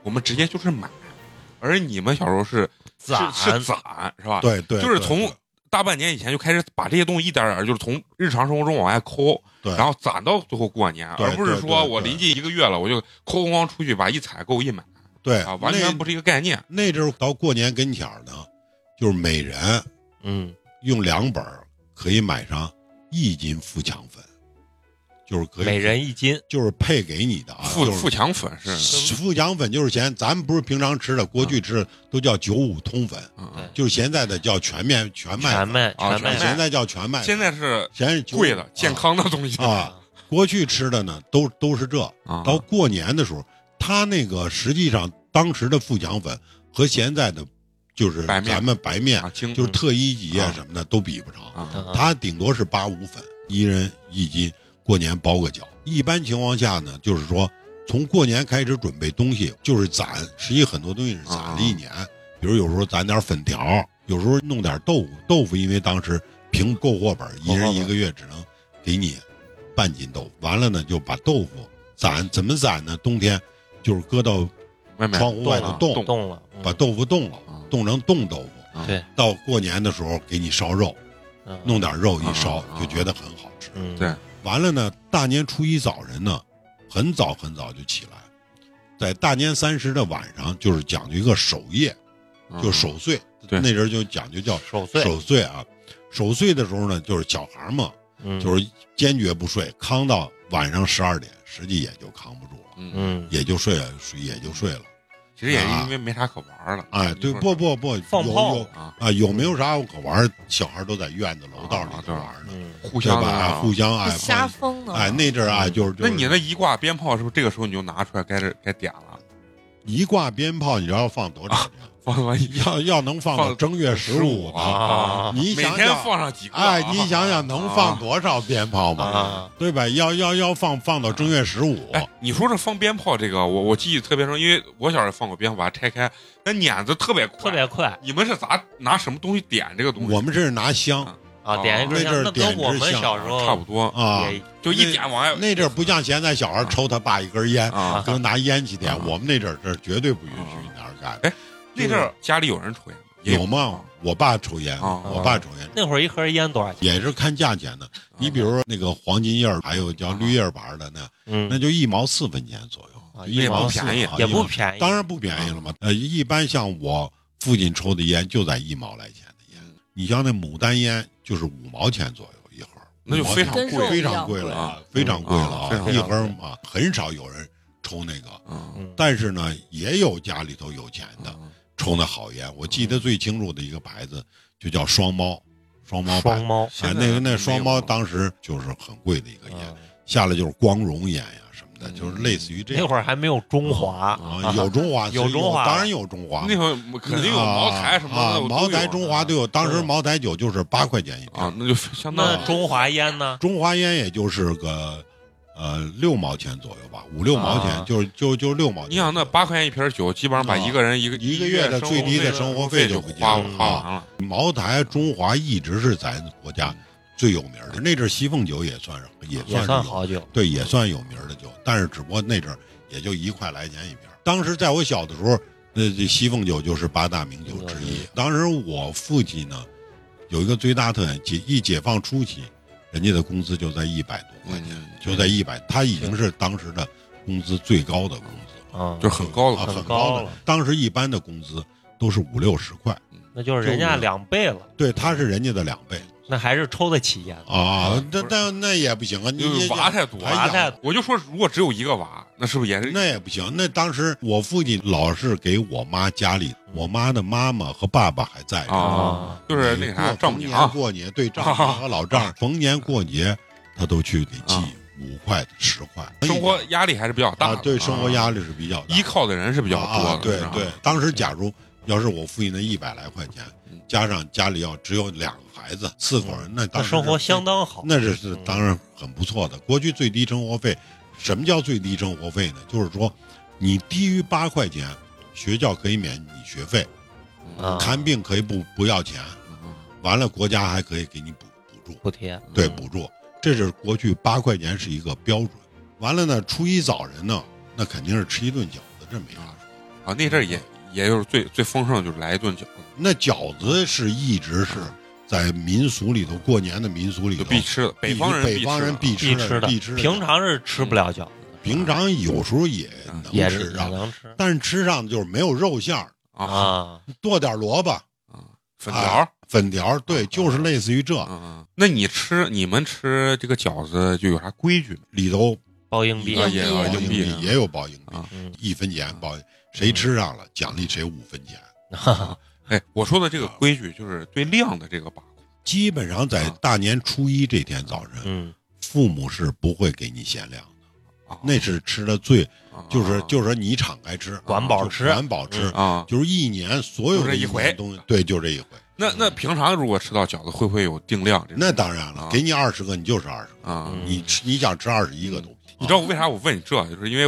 Speaker 2: 我们直接就是买，而你们小时候是是
Speaker 4: 攒
Speaker 2: 是攒是吧？，
Speaker 5: 对对，
Speaker 2: 啊就是
Speaker 5: 对
Speaker 2: 从大半年以前就开始把这些东西一点点儿，就是从日常生活中往外抠，
Speaker 5: 对
Speaker 2: 然后攒到最后过年，
Speaker 5: 对
Speaker 2: 而不是
Speaker 5: 对
Speaker 2: 说
Speaker 5: 对
Speaker 2: 我
Speaker 5: 对
Speaker 2: 临近一个月了，我就抠光出去把一采购一买
Speaker 5: 对
Speaker 2: 啊，完全不
Speaker 5: 是
Speaker 2: 是一个概念。
Speaker 5: 那阵儿到过年跟前儿呢，就是每人
Speaker 4: 嗯
Speaker 5: 用两本儿可以买上一斤富强粉，就是可以
Speaker 4: 每人一斤，
Speaker 5: 就是配给你的啊，
Speaker 2: 富
Speaker 5: 就是
Speaker 2: 富强粉是，
Speaker 5: 富强粉就是咸，咱们不是平常吃的，过去吃的都叫九五通粉，
Speaker 2: 嗯嗯
Speaker 4: 对
Speaker 5: 就是现在的叫全面全麦
Speaker 4: 全
Speaker 5: 粉，
Speaker 4: 麦
Speaker 2: 啊
Speaker 4: 全
Speaker 2: 全
Speaker 4: 麦
Speaker 2: 麦
Speaker 5: 现在叫全麦
Speaker 2: 嗯
Speaker 5: 粉，
Speaker 2: 现在是
Speaker 5: 咸是九五
Speaker 2: 贵的、健康的东西
Speaker 5: 啊啊。过去吃的呢，都都是这。
Speaker 2: 啊
Speaker 5: 到过年的时候，它那个实际上当时的富强粉和现在的，就是
Speaker 2: 白面
Speaker 5: 咱们白面，
Speaker 2: 啊，精
Speaker 5: 就是特一级
Speaker 2: 啊
Speaker 5: 啊什么的都比不上。
Speaker 2: 啊
Speaker 4: 嗯
Speaker 5: 它顶多是八五粉，一人一斤，过年包个饺。一般情况下呢，就是说从过年开始准备东西，就是攒。实际很多东西是攒了一年，比如有时候攒点粉条，有时候弄点豆腐。豆腐因为当时凭购货本，一人一个月只能给你半斤豆腐。完了呢，就把豆腐攒，怎么攒呢？冬天就是搁到
Speaker 2: 外面
Speaker 5: 窗户外
Speaker 2: 啊冻
Speaker 5: 头冻，
Speaker 4: 冻了，嗯
Speaker 5: 把豆腐冻了
Speaker 2: 啊，
Speaker 5: 冻成冻豆腐。
Speaker 2: 啊
Speaker 4: 对
Speaker 5: 到过年的时候给你烧肉，
Speaker 4: 嗯
Speaker 5: 弄点肉一烧
Speaker 2: 啊啊啊
Speaker 5: 就觉得很好吃。
Speaker 4: 嗯
Speaker 2: 对
Speaker 5: 完了呢，大年初一早晨呢，很早很早就起来，在大年三十的晚上，就是讲究一个守夜，
Speaker 2: 嗯
Speaker 5: 就守岁。
Speaker 2: 对
Speaker 5: 那阵儿就讲究叫
Speaker 4: 守岁，
Speaker 5: 守岁啊。守岁的时候呢，就是小孩儿嘛，
Speaker 4: 嗯
Speaker 5: 就是坚决不睡，扛到晚上十二点，实际也就扛不住了，
Speaker 2: 嗯，
Speaker 4: 嗯
Speaker 5: 也就睡了，睡也就睡了。
Speaker 2: 其实也因为没啥可玩了，
Speaker 5: 啊哎，对，不不不，
Speaker 4: 放
Speaker 5: 有
Speaker 4: 炮
Speaker 5: 有
Speaker 2: 啊，
Speaker 5: 啊，有没有啥可玩儿？小孩儿都在院子楼道里
Speaker 2: 啊
Speaker 5: 头
Speaker 2: 对
Speaker 5: 玩儿呢，
Speaker 4: 嗯
Speaker 2: 互
Speaker 5: 对
Speaker 2: 相
Speaker 5: 吧？
Speaker 2: 的
Speaker 5: 哎
Speaker 2: 啊
Speaker 5: 互相爱
Speaker 3: 瞎疯呢。
Speaker 5: 哎，那阵儿啊，就是就
Speaker 2: 嗯那
Speaker 5: 是
Speaker 2: 你那一挂鞭炮，是不是这个时候你就拿出来该是该点了？
Speaker 5: 一挂鞭炮，你知道放多长？
Speaker 2: 放完一
Speaker 5: 要要能放到
Speaker 2: 啊放
Speaker 5: 正月十五
Speaker 2: 啊
Speaker 5: 呢？
Speaker 4: 啊
Speaker 5: 你
Speaker 2: 每
Speaker 5: 想
Speaker 2: 天
Speaker 5: 想，
Speaker 2: 放上几个啊？
Speaker 5: 哎，你想想能放多少鞭炮嘛？
Speaker 4: 啊，
Speaker 5: 对吧？要要要放放到正月十五，
Speaker 2: 哎，你说这放鞭炮这个，我我记忆特别深，因为我小时候放过鞭炮，把它拆开，那碾子特别快。
Speaker 4: 特别快
Speaker 2: 你们是咋拿什么东西点这个东西？
Speaker 5: 我们这是拿香
Speaker 4: 啊，点一支
Speaker 5: 那阵
Speaker 4: 香，
Speaker 5: 儿
Speaker 4: 那
Speaker 5: 点
Speaker 4: 跟
Speaker 5: 支
Speaker 4: 我们
Speaker 5: 香
Speaker 4: 小时候
Speaker 2: 差不多，
Speaker 5: 啊，
Speaker 4: 也
Speaker 2: 就一点往外
Speaker 5: 那阵儿不像现在小孩抽他爸一根烟，
Speaker 2: 啊。
Speaker 5: 跟拿烟去点
Speaker 2: 啊。哎
Speaker 5: 我们那阵儿这绝对不允许那样干。
Speaker 2: 那阵儿家里有人抽烟吗，也
Speaker 5: 有吗？我爸抽烟，
Speaker 2: 啊
Speaker 5: 我爸抽烟，
Speaker 4: 那会儿一盒烟多少钱？
Speaker 5: 也是看价钱的。你比如说那个黄金叶儿，还有叫绿叶儿牌的呢，那
Speaker 4: 嗯，
Speaker 5: 就一毛四分钱左右，
Speaker 4: 啊
Speaker 5: 一
Speaker 4: 一毛
Speaker 5: 四
Speaker 2: 便宜
Speaker 5: 啊
Speaker 4: 也
Speaker 5: 一
Speaker 4: 不
Speaker 5: 毛
Speaker 4: 便宜，
Speaker 5: 当然不便宜了嘛。呃，一般像我父亲抽的烟就在一毛来钱的
Speaker 2: 嗯
Speaker 5: 烟，你像那牡丹烟就是五毛钱左右一盒，
Speaker 2: 那就
Speaker 5: 五毛
Speaker 2: 非常
Speaker 5: 钱
Speaker 3: 跟
Speaker 2: 贵
Speaker 3: 肉
Speaker 5: 非
Speaker 3: 一
Speaker 5: 常
Speaker 3: 样
Speaker 5: 贵
Speaker 3: 贵
Speaker 5: 了啊
Speaker 2: 啊，
Speaker 5: 非常贵了
Speaker 2: 嗯啊
Speaker 5: 啊，
Speaker 2: 非
Speaker 5: 一
Speaker 2: 常
Speaker 5: 盒啊很少有人抽那个，
Speaker 2: 嗯
Speaker 4: 嗯
Speaker 5: 但是呢也有家里头有钱的哎
Speaker 2: 嗯
Speaker 5: 抽那好烟。我记得最清楚的一个牌子就叫双猫，双猫牌
Speaker 4: 双。猫，
Speaker 5: 啊
Speaker 2: 现，在
Speaker 5: 那个
Speaker 2: 没
Speaker 5: 那
Speaker 2: 有
Speaker 5: 双猫当时就是很贵的一个烟，下来就是光荣烟呀什么的，就是类似于这
Speaker 4: 那
Speaker 5: 样。
Speaker 4: 会儿还没有中华，
Speaker 5: 啊，有中华，
Speaker 4: 有中华
Speaker 5: 当然有中华，
Speaker 2: 那会儿肯定有茅台什么
Speaker 5: 啊
Speaker 2: 的，
Speaker 5: 茅台、中华都有。当时
Speaker 4: 对
Speaker 5: 茅台酒就是八块钱一瓶，
Speaker 2: 啊，那就相当
Speaker 4: 那中华烟呢？
Speaker 5: 中华烟也就是个呃六毛钱左右吧，五六毛钱，
Speaker 4: 啊
Speaker 5: 就是就就六毛钱。
Speaker 2: 你想那八块钱一瓶酒，基本上把一个人一个
Speaker 5: 啊一个
Speaker 2: 月
Speaker 5: 月的
Speaker 2: 生
Speaker 5: 最
Speaker 2: 活
Speaker 5: 低的
Speaker 2: 费
Speaker 5: 生活费
Speaker 2: 费
Speaker 5: 就
Speaker 2: 就
Speaker 5: 不啊
Speaker 2: 花
Speaker 4: 见了
Speaker 2: 花完了。
Speaker 5: 茅台、中华一直是咱国家最有名的。那阵儿西凤酒也算是也
Speaker 4: 也
Speaker 5: 算是
Speaker 4: 算
Speaker 5: 有
Speaker 4: 好酒，
Speaker 5: 对，也算有名儿的酒，但是只不过那阵儿也就一块来钱一瓶儿。当时在我小的时候，那这西凤酒就是八大名酒之
Speaker 2: 嗯
Speaker 5: 一。当时我父亲呢，有一个最大特点，解一解放初期，人家的工资就在一百多块钱，
Speaker 2: 嗯
Speaker 5: 就在一百，他已经是当时的工资最高的工资了，
Speaker 4: 嗯，
Speaker 2: 就是很高
Speaker 5: 啊
Speaker 2: 了，
Speaker 5: 很
Speaker 4: 很
Speaker 5: 高
Speaker 4: 高
Speaker 5: 的
Speaker 4: 了。
Speaker 5: 当时一般的工资都是五六十块，
Speaker 4: 那就是人家两倍了，
Speaker 5: 对，他是人家的两倍
Speaker 4: 那还是抽得起烟的。
Speaker 5: 啊
Speaker 2: 嗯。
Speaker 5: 但
Speaker 2: 不是
Speaker 5: 但那也不行啊，你
Speaker 2: 因为
Speaker 5: 你
Speaker 2: 娃太多
Speaker 5: 哎
Speaker 2: 了。
Speaker 5: 呀
Speaker 4: 娃太
Speaker 2: 我就说，如果只有一个娃，那是不是也是
Speaker 5: 那也不行。那当时我父亲老是给我妈家里，我妈的妈妈和爸爸还在呢。
Speaker 2: 啊
Speaker 4: 啊？
Speaker 2: 就是那个啥，
Speaker 5: 每过
Speaker 2: 丈母
Speaker 5: 逢
Speaker 2: 娘啊
Speaker 5: 年过年对丈母娘和 老丈人，逢年过节他都去给寄
Speaker 2: 啊
Speaker 5: 五块十块。
Speaker 2: 生活压力还是比较大
Speaker 5: 啊，
Speaker 2: 的，
Speaker 5: 对生活压
Speaker 2: 力
Speaker 5: 力是比较大
Speaker 2: 依靠的人是比较多
Speaker 5: 啊
Speaker 2: 的
Speaker 5: 啊，对
Speaker 2: 是吧
Speaker 5: 对，当时假如要是我父亲那一百来块钱
Speaker 2: 嗯，
Speaker 5: 加上家里要只有两个孩子，四口人，那
Speaker 4: 那
Speaker 5: 当时
Speaker 4: 生活
Speaker 5: 是
Speaker 4: 相当好，嗯
Speaker 5: 那是是当然很不错的。国际最低生活费，什么叫最低生活费呢？就是说，你低于八块钱，学校可以免你学费，
Speaker 4: 啊，
Speaker 5: 看病可以不不要钱，完了国家还可以给你补补助，
Speaker 4: 补贴，
Speaker 5: 对
Speaker 4: 嗯
Speaker 5: 补助，这是过去八块钱是一个标准。完了呢，初一早晨呢，那肯定是吃一顿饺子，这没啥说。
Speaker 2: 啊，那阵儿也也就是最最丰盛，就是来一顿饺子，
Speaker 5: 那饺子是一直是在民俗里头，过年的民俗里
Speaker 2: 就
Speaker 5: 头，
Speaker 2: 必吃的。
Speaker 5: 必
Speaker 2: 方人
Speaker 5: 北方人
Speaker 2: 必
Speaker 5: 必
Speaker 2: 吃
Speaker 4: 必
Speaker 5: 吃的
Speaker 4: 吃
Speaker 5: 必吃的
Speaker 4: 平常是吃不了饺子，
Speaker 5: 平常有时候也
Speaker 2: 啊
Speaker 5: 能
Speaker 4: 也
Speaker 5: 吃啊
Speaker 4: 是也
Speaker 5: 上，
Speaker 4: 能吃
Speaker 5: 但是吃上就是没有肉馅儿，
Speaker 2: 的啊
Speaker 4: 啊。
Speaker 5: 剁点萝卜
Speaker 2: 啊，粉条儿。
Speaker 5: 粉条儿，
Speaker 2: 啊
Speaker 5: 对，就是类似于这
Speaker 2: 嗯嗯，那你吃你们吃这个饺子就有啥规矩吗？
Speaker 5: 里头
Speaker 4: 包硬币
Speaker 3: 啊
Speaker 5: 包
Speaker 3: 也
Speaker 5: 包
Speaker 3: 硬
Speaker 5: 硬
Speaker 2: 币
Speaker 5: 币也有包硬币
Speaker 2: 啊，
Speaker 4: 嗯，
Speaker 5: 一分钱包，谁吃上了奖励谁五分钱。
Speaker 4: 哈哈，
Speaker 2: 哎，我说的这个规矩就是对量的这个把控。
Speaker 5: 基本上在
Speaker 2: 啊
Speaker 5: 大年初一这天早晨，
Speaker 4: 嗯，
Speaker 5: 父母是不会给你限量的，
Speaker 2: 啊
Speaker 5: 那是吃的最，
Speaker 2: 啊
Speaker 5: 就是
Speaker 2: 啊
Speaker 5: 就是说你敞开吃，
Speaker 4: 管饱吃
Speaker 5: 就管饱吃，
Speaker 2: 啊，
Speaker 5: 就是一年所有
Speaker 2: 就
Speaker 5: 的
Speaker 2: 这一回
Speaker 5: 年东西，对，就这一回。
Speaker 2: 那那平常如果吃到饺子，会不会有定量这种？
Speaker 5: 那当然了，
Speaker 2: 啊
Speaker 5: 给你二十个，你就是二十个，
Speaker 2: 啊，
Speaker 4: 嗯
Speaker 5: 你吃你想吃二十一个都。
Speaker 2: 你知道我为啥我问你这，就是因为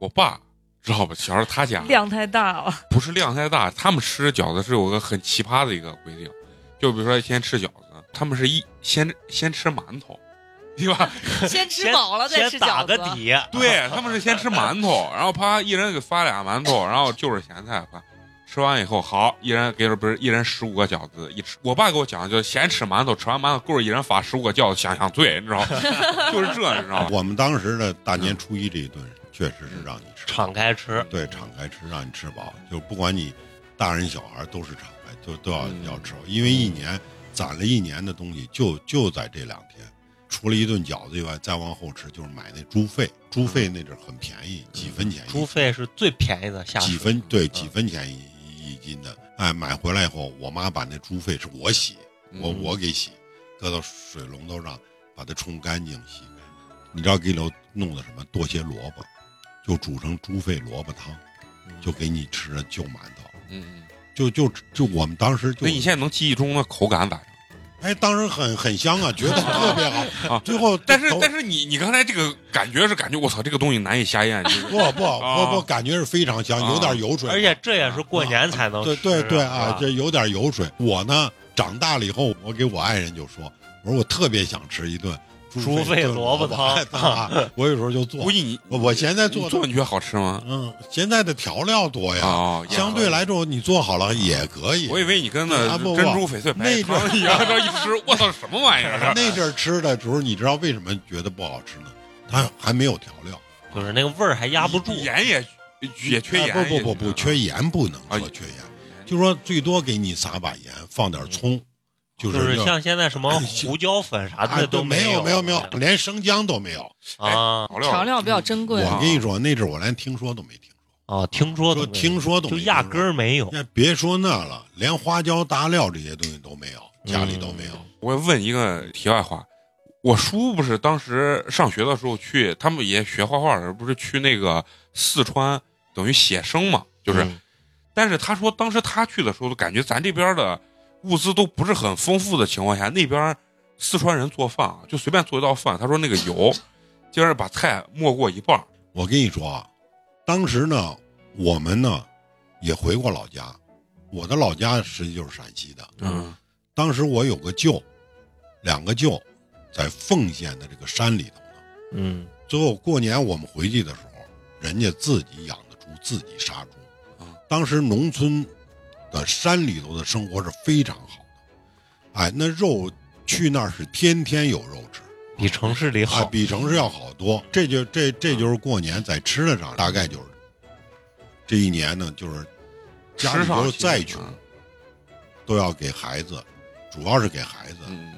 Speaker 2: 我爸知道吧？小时候他家
Speaker 3: 量太大了，
Speaker 2: 不是量太大，他们吃饺子是有个很奇葩的一个规定，就比如说先吃饺子，他们是一先先吃馒头，对吧？
Speaker 3: 先吃
Speaker 4: 先
Speaker 3: 饱了再
Speaker 4: 先
Speaker 3: 吃
Speaker 4: 打
Speaker 3: 饺
Speaker 4: 个
Speaker 3: 子。
Speaker 4: 底，
Speaker 2: 对，他们是先吃馒头，然后啪一人给发俩馒头，然后就是咸菜，啪吃完以后好，一人给了不是一人十五个饺子，一吃。我爸给我讲，就是先吃馒头，吃完馒头够一人发十五个饺子，想想醉，你知道吗？就是这，你知道吗？
Speaker 5: 啊我们当时的大年初一这一顿，确实是让你吃
Speaker 4: 嗯敞开吃，
Speaker 5: 对，敞开吃，让你吃饱，就不管你大人小孩都是敞开，就都要、
Speaker 2: 嗯
Speaker 5: 要吃饱，因为一年攒了一年的东西就就在这两天，除了一顿饺子以外，再往后吃就是买那猪肺，猪肺那阵儿很便宜，几分钱一
Speaker 4: 嗯猪肺是最便宜的下水
Speaker 5: 几分对
Speaker 4: 嗯
Speaker 5: 几分钱一一斤的，哎，买回来以后，我妈把那猪肺是我洗，我
Speaker 2: 嗯
Speaker 5: 我给洗，搁到水龙头上，把它冲干净洗干净，你知道给我弄的什么剁些萝卜，就煮成猪肺萝卜汤。就给你吃了就馒头，
Speaker 2: 嗯嗯。
Speaker 5: 就就就我们当时就
Speaker 2: 那你现在能记忆中的口感咋样？
Speaker 5: 哎，当时很很香啊，觉得特别好
Speaker 2: 啊
Speaker 5: 最后
Speaker 2: 但是
Speaker 5: 都
Speaker 2: 但是你你刚才这个感觉是感觉我操这个东西难以下咽， 就是
Speaker 5: 不不
Speaker 2: 啊
Speaker 5: 不不，感觉是非常香，
Speaker 2: 啊
Speaker 5: 有点油水，
Speaker 4: 而且这也是过年才能
Speaker 5: 啊对
Speaker 4: 吃，
Speaker 5: 对对
Speaker 4: 是
Speaker 5: 啊
Speaker 4: 吧，
Speaker 5: 这有点油水。我呢长大了以后，我给我爱人就说，我说我特别想吃一顿
Speaker 4: 猪
Speaker 5: 肺
Speaker 4: 肺
Speaker 5: 炖
Speaker 4: 萝卜
Speaker 5: 萝
Speaker 4: 汤
Speaker 5: 哎啊，我有时候就做
Speaker 2: 估，计你
Speaker 5: 我我现在
Speaker 2: 你
Speaker 5: 做
Speaker 2: 做你觉得好吃吗？
Speaker 5: 嗯，现在的调料多呀，
Speaker 2: 哦，啊也
Speaker 5: 相对来说你做好了也可以。
Speaker 2: 我以为你跟
Speaker 5: 对
Speaker 2: 那
Speaker 5: 啊不不
Speaker 2: 珍珠翡翠白
Speaker 5: 那
Speaker 2: 糖一样，这一吃，我操，什么玩意儿？
Speaker 5: 那阵儿吃的时候，你知道为什么觉得不好吃呢？它还没有调料，
Speaker 4: 就是那个味儿还压不住，
Speaker 2: 盐也也缺盐，
Speaker 5: 哎不不不不，
Speaker 2: 也
Speaker 5: 缺盐不能
Speaker 2: 啊
Speaker 5: 说缺盐，就说最多给你撒把盐，放点葱，就
Speaker 4: 就是
Speaker 5: 要
Speaker 4: 像现在什 么胡椒粉啥
Speaker 5: 啊
Speaker 4: 的
Speaker 5: 都
Speaker 4: 没
Speaker 5: 有没
Speaker 4: 有
Speaker 5: 没有，连生姜都没有。
Speaker 4: 啊
Speaker 2: 调料
Speaker 3: 调料比较珍贵，
Speaker 5: 我跟你说，那阵儿我连听说都没听
Speaker 4: 哦，听说啊
Speaker 5: 说，
Speaker 4: 都
Speaker 5: 说
Speaker 4: 没有
Speaker 5: 听说都没
Speaker 4: 就
Speaker 5: 听说
Speaker 4: 压根儿没有，
Speaker 5: 那别说那了，连花椒大料这些东西都没有，家里都没有。
Speaker 2: 我问一个题外话，我叔不是当时上学的时候去，他们也学画画的时候，不是去那个四川，等于写生嘛，就是。
Speaker 4: 嗯
Speaker 2: 但是他说，当时他去的时候，感觉咱这边的物资都不是很丰富的情况下，那边四川人做饭啊，就随便做一道饭，他说那个油，就是把菜没过一半儿，
Speaker 5: 我跟你说啊，当时呢，我们呢也回过老家，我的老家实际就是陕西的。
Speaker 2: 嗯
Speaker 5: 当时我有个舅，两个舅，在奉县的这个山里头呢。
Speaker 4: 嗯
Speaker 5: 最后过年我们回去的时候，人家自己养的猪，自己杀
Speaker 2: 啊。
Speaker 5: 猪当时农村的山里头的生活是非常好的，哎，那肉去那儿是天天有肉吃，
Speaker 4: 比城市里
Speaker 5: 哎，
Speaker 4: 好，
Speaker 5: 比城市要好多。这就这这就是过年在吃的上，大概就是这一年呢，就是家
Speaker 2: 吃
Speaker 5: 里
Speaker 2: 上
Speaker 5: 头
Speaker 2: 去
Speaker 5: 再穷
Speaker 4: 啊
Speaker 5: 都要给孩子，主要是给孩子，
Speaker 2: 嗯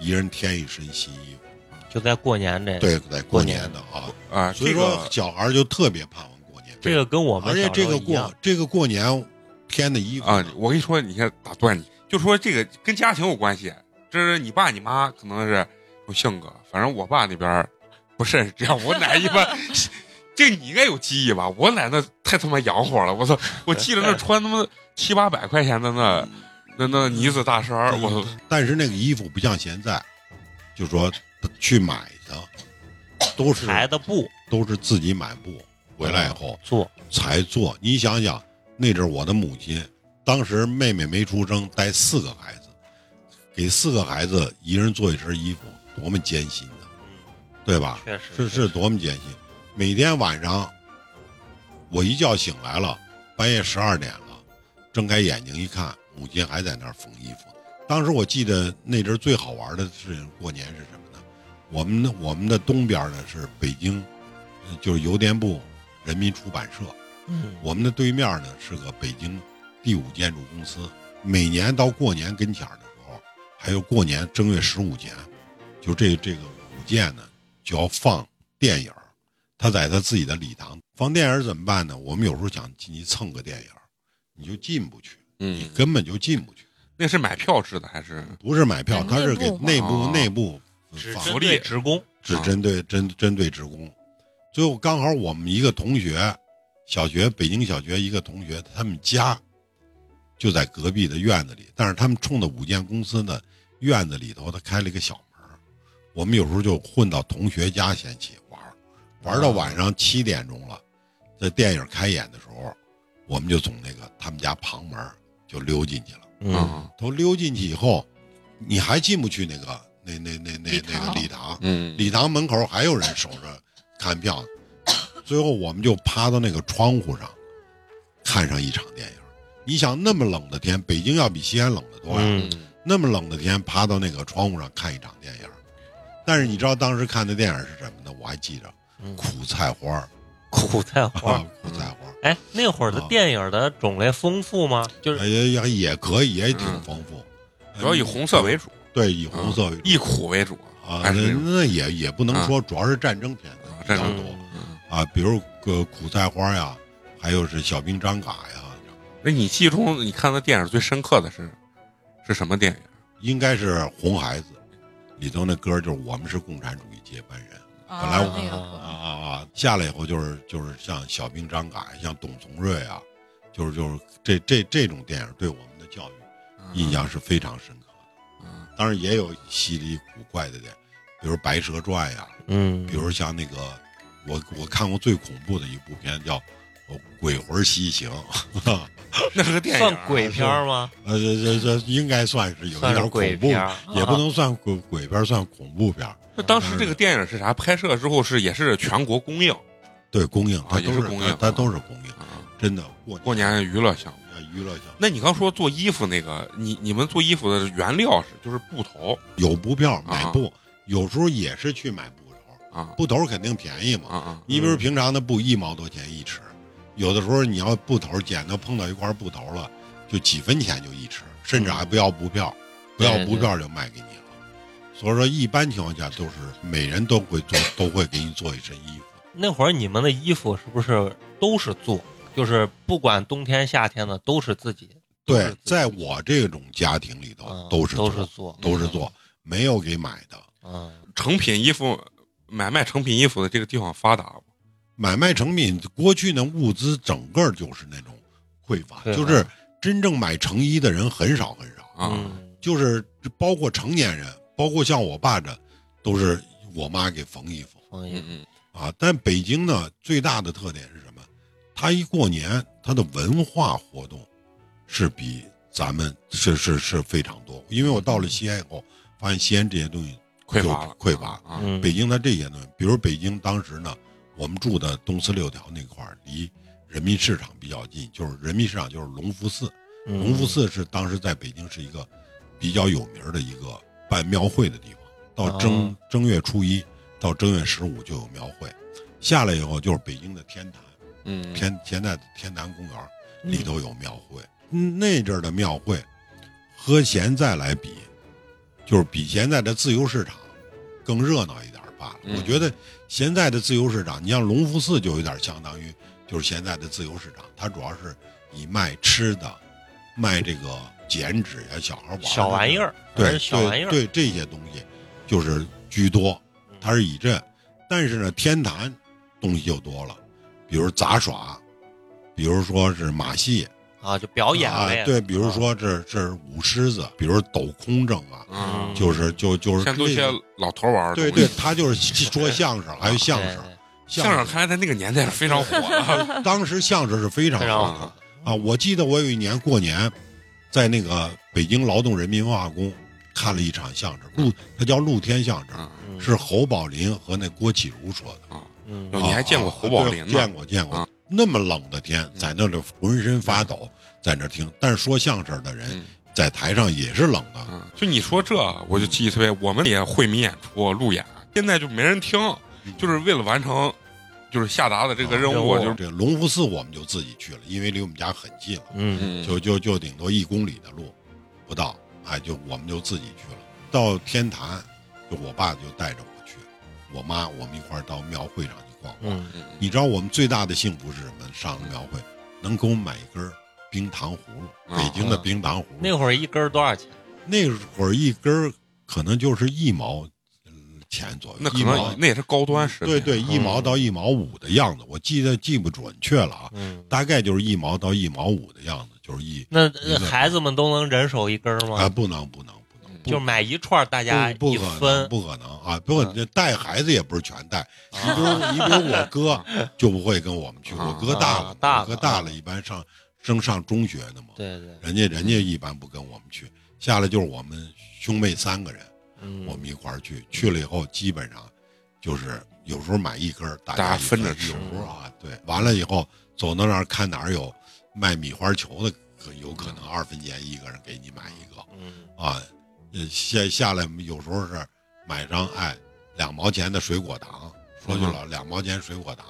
Speaker 5: 一人添一身新衣服。
Speaker 4: 就在过年这，
Speaker 5: 对，在过
Speaker 4: 哎过
Speaker 5: 年
Speaker 4: 年
Speaker 5: 的啊，
Speaker 2: 啊，
Speaker 5: 所以
Speaker 2: 这
Speaker 5: 说
Speaker 2: 个
Speaker 5: 小孩儿就特别盼望过年。
Speaker 4: 这个跟我们
Speaker 5: 而且
Speaker 4: 小时
Speaker 5: 这
Speaker 4: 候
Speaker 5: 个
Speaker 4: 一样
Speaker 5: 过这个过年添的衣服
Speaker 2: 啊
Speaker 5: 呢，
Speaker 2: 我跟你说，你先打断你，就说这个跟家庭有关系，这是你爸你妈可能是有性格，反正我爸那边儿不甚是这样，我奶一般。这个你应该有记忆吧？我奶那太他妈洋火了，我操！我记得那穿他妈七八百块钱的那那那呢子大衫儿，我操！
Speaker 5: 但是那个衣服不像现在，就说去买的，都是
Speaker 4: 裁的布
Speaker 5: 都是自己买布，回来以后
Speaker 4: 做，
Speaker 5: 才做。你想想，那阵儿我的母亲，当时妹妹没出生，带四个孩子，给四个孩子一人做一身衣服，多么艰辛呢，对吧？
Speaker 4: 确实
Speaker 5: 是是多么艰辛！每天晚上，我一觉醒来了，半夜十二点了，睁开眼睛一看，母亲还在那儿缝衣服。当时我记得那阵儿最好玩的事情，过年是什么呢？我们的我们的东边呢是北京，呃就是邮电部人民出版社，
Speaker 4: 嗯
Speaker 5: 我们的对面呢是个北京第五建筑公司，每年到过年跟前儿的时候，还有过年正月十五前，就这这个舞剑呢就要放电影儿，他在他自己的礼堂放电影儿怎么办呢？我们有时候想进去蹭个电影儿，你就进不去，你
Speaker 2: 嗯，
Speaker 5: 根本就进不去。
Speaker 2: 那是买票制的还是？
Speaker 5: 不是买票，
Speaker 3: 买
Speaker 5: 他是给
Speaker 2: 内
Speaker 5: 内部
Speaker 2: 部嘛
Speaker 5: 内部
Speaker 4: 只
Speaker 5: 放
Speaker 2: 是
Speaker 4: 针
Speaker 2: 福利
Speaker 4: 对职工，
Speaker 5: 只
Speaker 3: 啊
Speaker 5: 针对针针对职工。最后刚好我们一个同学，小学北京小学一个同学，他们家就在隔壁的院子里，但是他们冲着五建公司的院子里头，他开了一个小门儿。我们有时候就混到同学家先去玩儿，玩
Speaker 3: 啊
Speaker 5: 儿到晚上七点钟了，在电影开演的时候，我们就从那个他们家旁门儿就溜进去了。
Speaker 4: 嗯，
Speaker 2: 嗯
Speaker 5: 都溜进去以后，你还进不去那个那那那那
Speaker 3: 礼
Speaker 5: 那
Speaker 3: 堂
Speaker 5: 个礼堂，
Speaker 2: 嗯，
Speaker 5: 礼堂门口还有人守着看票呢。最后我们就趴到那个窗户上，看上一场电影。你想那么冷的天，北京要比西安冷得多呀、
Speaker 4: 嗯
Speaker 2: 嗯
Speaker 5: 那么冷的天，趴到那个窗户上看一场电影。但是你知道当时看的电影是什么呢？我还记着，
Speaker 4: 嗯
Speaker 5: 苦菜花儿
Speaker 4: 苦菜
Speaker 5: 啊
Speaker 4: 花。，
Speaker 5: 苦菜花儿，
Speaker 4: 哎，那会儿的电影的种类丰富吗？就是
Speaker 5: 哎也也也可以，也挺丰富。
Speaker 2: 嗯主要以红色为主，嗯
Speaker 5: 对，以红色为主。
Speaker 2: 以苦为主
Speaker 5: 嗯啊，
Speaker 2: 还
Speaker 5: 那
Speaker 2: 是那种
Speaker 5: 那也也不能说，主要是战争片子
Speaker 2: 啊
Speaker 5: 比较
Speaker 2: 战争
Speaker 5: 多
Speaker 4: 嗯
Speaker 5: 啊，比如呃苦菜花呀，还有是小兵张嘎呀，
Speaker 2: 那哎你记忆中你看的电影最深刻的是是什么电影？
Speaker 5: 应该是《红孩子》里头那歌就是我们是共产主义接班人
Speaker 3: 啊
Speaker 5: 本来我
Speaker 3: 那个
Speaker 5: 啊
Speaker 3: 歌
Speaker 5: 啊啊！下来以后就是就是像小兵张嘎，像董存瑞啊，就是就是这这这种电影对我们的教育印象是非常深刻的。
Speaker 2: 啊嗯
Speaker 5: 当然也有稀里古怪的电影，比如《白蛇传》呀，
Speaker 4: 嗯，
Speaker 5: 比如像那个，我我看过最恐怖的一部片叫《呃鬼魂西行》，
Speaker 2: 那是个电影啊
Speaker 4: 算鬼片儿吗？
Speaker 5: 呃，这这这应该算是有一
Speaker 4: 算是
Speaker 5: 点
Speaker 4: 鬼
Speaker 5: 恐怖，
Speaker 4: 片儿，
Speaker 5: 也不能算鬼鬼片儿，算恐怖片儿。
Speaker 2: 那当时这个电影是啥？拍摄之后是也是全国公映
Speaker 5: 对，公映它
Speaker 2: 啊也
Speaker 5: 都
Speaker 2: 是公映
Speaker 5: 它它都是公映，
Speaker 2: 啊，
Speaker 5: 真的过
Speaker 2: 过年娱乐项目。
Speaker 5: 呃娱乐项目
Speaker 2: 那你刚说做衣服那个，你你们做衣服的原料是就是布头
Speaker 5: 有布票买
Speaker 2: 啊
Speaker 5: 布，有时候也是去买布头，
Speaker 2: 啊
Speaker 5: 布头肯定便宜嘛。
Speaker 2: 啊啊！
Speaker 5: 你比如平常的布一毛多钱一尺，有的时候你要布头剪到碰到一块布头了，就几分钱就一尺，甚至还不要布票，不要布票就卖给你了。所以说，一般情况下都是每人都会做，都会给你做一身衣服。
Speaker 4: 那会儿你们的衣服是不是都是做？就是不管冬天夏天的都是自己。都是
Speaker 5: 对
Speaker 4: 自，己
Speaker 5: 在我这种家庭里头
Speaker 4: 啊
Speaker 5: 都是
Speaker 4: 都
Speaker 5: 做
Speaker 4: 是嗯做
Speaker 5: 都是做，没有给买的。
Speaker 4: 啊，
Speaker 2: 成品衣服买卖成品衣服的这个地方发达不？
Speaker 5: 买卖成品，过去呢物资整个就是那种匮乏，
Speaker 4: 匮乏
Speaker 5: 就是真正买成衣的人很少很少。
Speaker 2: 啊，
Speaker 4: 嗯
Speaker 5: 就是包括成年人，包括像我爸这，都是我妈给缝衣服
Speaker 4: 放
Speaker 2: 嗯
Speaker 4: 一
Speaker 2: 嗯
Speaker 5: 啊。但北京呢，最大的特点是什么？它一过年，它的文化活动是比咱们是是是非常多。因为我到了西安以后，发现西安这些东西
Speaker 2: 匮乏了，
Speaker 5: 匮乏
Speaker 2: 啊，
Speaker 4: 嗯
Speaker 5: 北京它这些东西，比如北京当时呢，我们住的东四六条那块儿离人民市场比较近，就是人民市场就是隆福寺，
Speaker 2: 嗯
Speaker 4: 嗯
Speaker 5: 隆福寺是当时在北京是一个比较有名儿的一个办庙会的地方，到正、
Speaker 4: 哦
Speaker 5: 正月初一到正月十五就有庙会，下来以后就是北京的天坛，
Speaker 2: 嗯，
Speaker 5: 天现在的天坛公园儿里头有庙会，嗯那阵儿的庙会和现在来比，就是比现在的自由市场更热闹一点儿罢了。
Speaker 2: 嗯
Speaker 5: 我觉得现在的自由市场，你像隆福寺就有点相当于就是现在的自由市场，它主要是以卖吃的、卖这个剪纸呀、小孩玩儿的
Speaker 4: 小玩意儿，
Speaker 5: 对
Speaker 4: 还是小玩意儿，嗯
Speaker 5: 对对这些东西就是居多，它是以这，但是呢，天坛东西就多了，比如杂耍，比如说是马戏
Speaker 4: 啊，就表演
Speaker 5: 啊
Speaker 4: 呗，，
Speaker 5: 对，比如说这这是舞狮子，比如抖空正啊，
Speaker 4: 嗯
Speaker 2: 啊，
Speaker 5: 就是就就是
Speaker 2: 像都一些
Speaker 5: 那个
Speaker 2: 老头玩儿的
Speaker 5: 对
Speaker 2: 东西，
Speaker 5: 对，他就是说相声，还有相
Speaker 4: 对
Speaker 5: 声，
Speaker 2: 相声看来在那个年代是非常火的，
Speaker 5: 当时相声是非常
Speaker 4: 非
Speaker 5: 好
Speaker 4: 常
Speaker 5: 的
Speaker 4: 好，
Speaker 5: 啊！我记得我有一年过年，在那个北京劳动人民文化宫看了一场相声，露它叫露天相声，
Speaker 2: 啊
Speaker 4: 嗯
Speaker 5: 是侯宝林和那郭启儒说的。
Speaker 2: 啊，
Speaker 4: 嗯
Speaker 2: 哦你还见过侯宝林呢
Speaker 5: 对见过见过
Speaker 2: 啊。嗯
Speaker 5: 那么冷的天，在那里浑身发抖，在那听。但是说相声的人
Speaker 2: 嗯
Speaker 5: 在台上也是冷的，
Speaker 2: 嗯，就你说这，我就记忆特别。我们也惠民演出路演，现在就没人听，就是为了完成就是下达嗯的这个
Speaker 4: 啊
Speaker 2: 任
Speaker 4: 任
Speaker 2: 务，
Speaker 4: 务
Speaker 2: 就是
Speaker 5: 这个隆福寺我们就自己去了，因为离我们家很近了，
Speaker 4: 嗯，
Speaker 2: 嗯，
Speaker 5: 就就就顶多一公里的路不到，哎，就我们就自己去了。到天坛，就我爸就带着我去，我妈我们一块儿到庙会上去逛逛。
Speaker 4: 嗯，
Speaker 2: 嗯
Speaker 5: 你知道我们最大的幸福是什么？上了庙会能给我买一根儿冰糖葫芦，
Speaker 2: 啊
Speaker 5: 北京的冰糖葫芦。
Speaker 4: 那会儿一根儿多少钱？
Speaker 5: 嗯那会儿一根儿可能就是一毛嗯钱左右，
Speaker 2: 那可
Speaker 5: 一毛
Speaker 2: 能那也是高端食品，
Speaker 5: 对对，一
Speaker 4: 嗯
Speaker 5: 毛到一毛五的样子，我记得记不准确了啊，
Speaker 4: 嗯，
Speaker 5: 大概就是一毛到一毛五的样子，就是一
Speaker 4: 那
Speaker 5: 一个
Speaker 4: 孩子们都能人手一根儿
Speaker 2: 嗯
Speaker 5: 啊，
Speaker 4: 吗？
Speaker 5: 不能不能不能，
Speaker 4: 就买一串儿，大家
Speaker 5: 不
Speaker 4: 一
Speaker 5: 不可能
Speaker 4: 分，
Speaker 5: 不可能啊！不过
Speaker 4: 嗯
Speaker 5: 这带孩子也不是全带，你比如你比如我 哥就不会跟我们去，
Speaker 2: 啊
Speaker 5: 我哥大了，
Speaker 4: 大
Speaker 5: 我哥
Speaker 4: 了
Speaker 5: 大
Speaker 4: 啊
Speaker 5: 了，一般上升上中学呢嘛，
Speaker 4: 对嗯对，
Speaker 5: 人家人家一般不跟我们去，下来就是我们兄妹三个人，
Speaker 4: 嗯，
Speaker 5: 我们一块儿去，去了以后基本上就是有时候买一根儿，大
Speaker 2: 大家
Speaker 5: 一分
Speaker 2: 分着吃
Speaker 5: 有
Speaker 4: 嗯
Speaker 5: 时候啊，对，完了以后走到那儿看哪儿有卖米花球的，可有可能二分钱一个人给你买一个
Speaker 4: 嗯
Speaker 5: 啊，呃下下来有时候是买张哎两毛钱的水果糖，说
Speaker 4: 嗯
Speaker 5: 句老两毛钱水果糖，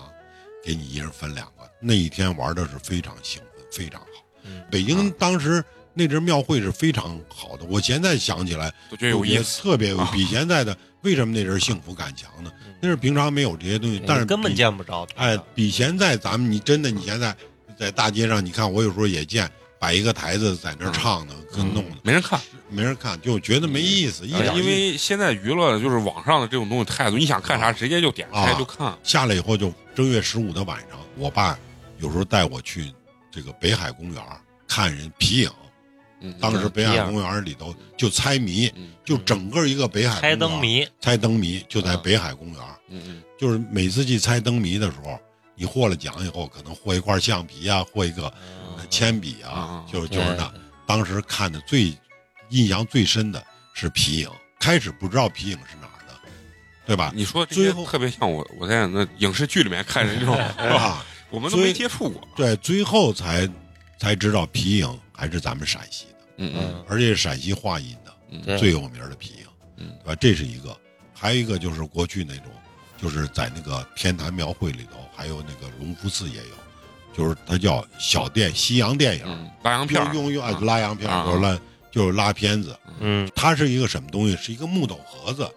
Speaker 5: 给你一人分两个，那一天玩的是非常兴奋，非常好。
Speaker 4: 嗯，
Speaker 5: 北京当时那支庙会是非常好的，我现在想起来。
Speaker 2: 都觉得有意思。
Speaker 5: 特别有
Speaker 2: 啊
Speaker 5: 比现在的为什么那阵儿幸福感强呢？
Speaker 4: 嗯
Speaker 5: 那是平常没有这些东西
Speaker 4: 对，
Speaker 5: 但是
Speaker 4: 根本
Speaker 5: 比
Speaker 4: 见不着。
Speaker 5: 哎，比现在咱们你真的你现在在大街上，你看我有时候也见摆一个台子在
Speaker 4: 嗯
Speaker 5: 那儿唱呢，跟弄的
Speaker 2: 没人看，
Speaker 5: 没人看，就觉得没意思，一
Speaker 2: 呃
Speaker 5: 点
Speaker 2: 因为现在娱乐就是网上的这种东西太多，你想看啥直接就点开
Speaker 5: 啊
Speaker 2: 就看。
Speaker 5: 下来以后就正月十五的晚上，我爸有时候带我去这个北海公园儿看人皮影，
Speaker 2: 嗯
Speaker 5: 当时北
Speaker 4: 皮
Speaker 5: 海
Speaker 4: 影
Speaker 5: 公园儿里头就猜谜，
Speaker 2: 嗯
Speaker 5: 就整个一个北海
Speaker 4: 猜
Speaker 5: 公
Speaker 4: 灯
Speaker 5: 园儿，
Speaker 4: 谜，
Speaker 5: 猜灯谜就在
Speaker 4: 嗯
Speaker 5: 北海公园儿。
Speaker 2: 嗯嗯，
Speaker 5: 就是每次去猜灯谜的时候，你获了奖以后，可能获一块橡皮啊，获一个
Speaker 4: 嗯
Speaker 5: 铅笔啊
Speaker 2: 嗯，
Speaker 5: 就
Speaker 4: 对
Speaker 5: 就是那当时看的最印象最深的是皮影，开始不知道皮影是哪儿的，对吧？
Speaker 2: 你说这
Speaker 5: 最
Speaker 2: 些
Speaker 5: 后
Speaker 2: 特别像我我在那影视剧里面看着 那种， 是吧
Speaker 5: 啊，
Speaker 2: 我们都
Speaker 5: 所以
Speaker 2: 没接触过。
Speaker 5: 对，最后才才知道皮影还是咱们陕西的，
Speaker 2: 嗯
Speaker 4: 嗯，
Speaker 5: 而且是陕西话音的
Speaker 2: 嗯
Speaker 4: 对
Speaker 5: 最有名的皮影，
Speaker 2: 嗯
Speaker 5: 对吧？这是一个，还有一个就是过去那种，就是在那个天坛庙会里头，还有那个隆福寺也有，就是它叫小电西洋电影，
Speaker 2: 嗯，拉洋片
Speaker 5: 用
Speaker 2: 儿
Speaker 5: 用用哎
Speaker 2: 啊
Speaker 5: 拉洋片儿，
Speaker 2: 啊
Speaker 5: 就是拉就是拉片子，
Speaker 4: 嗯，
Speaker 5: 它是一个什么东西？是一个木头盒子，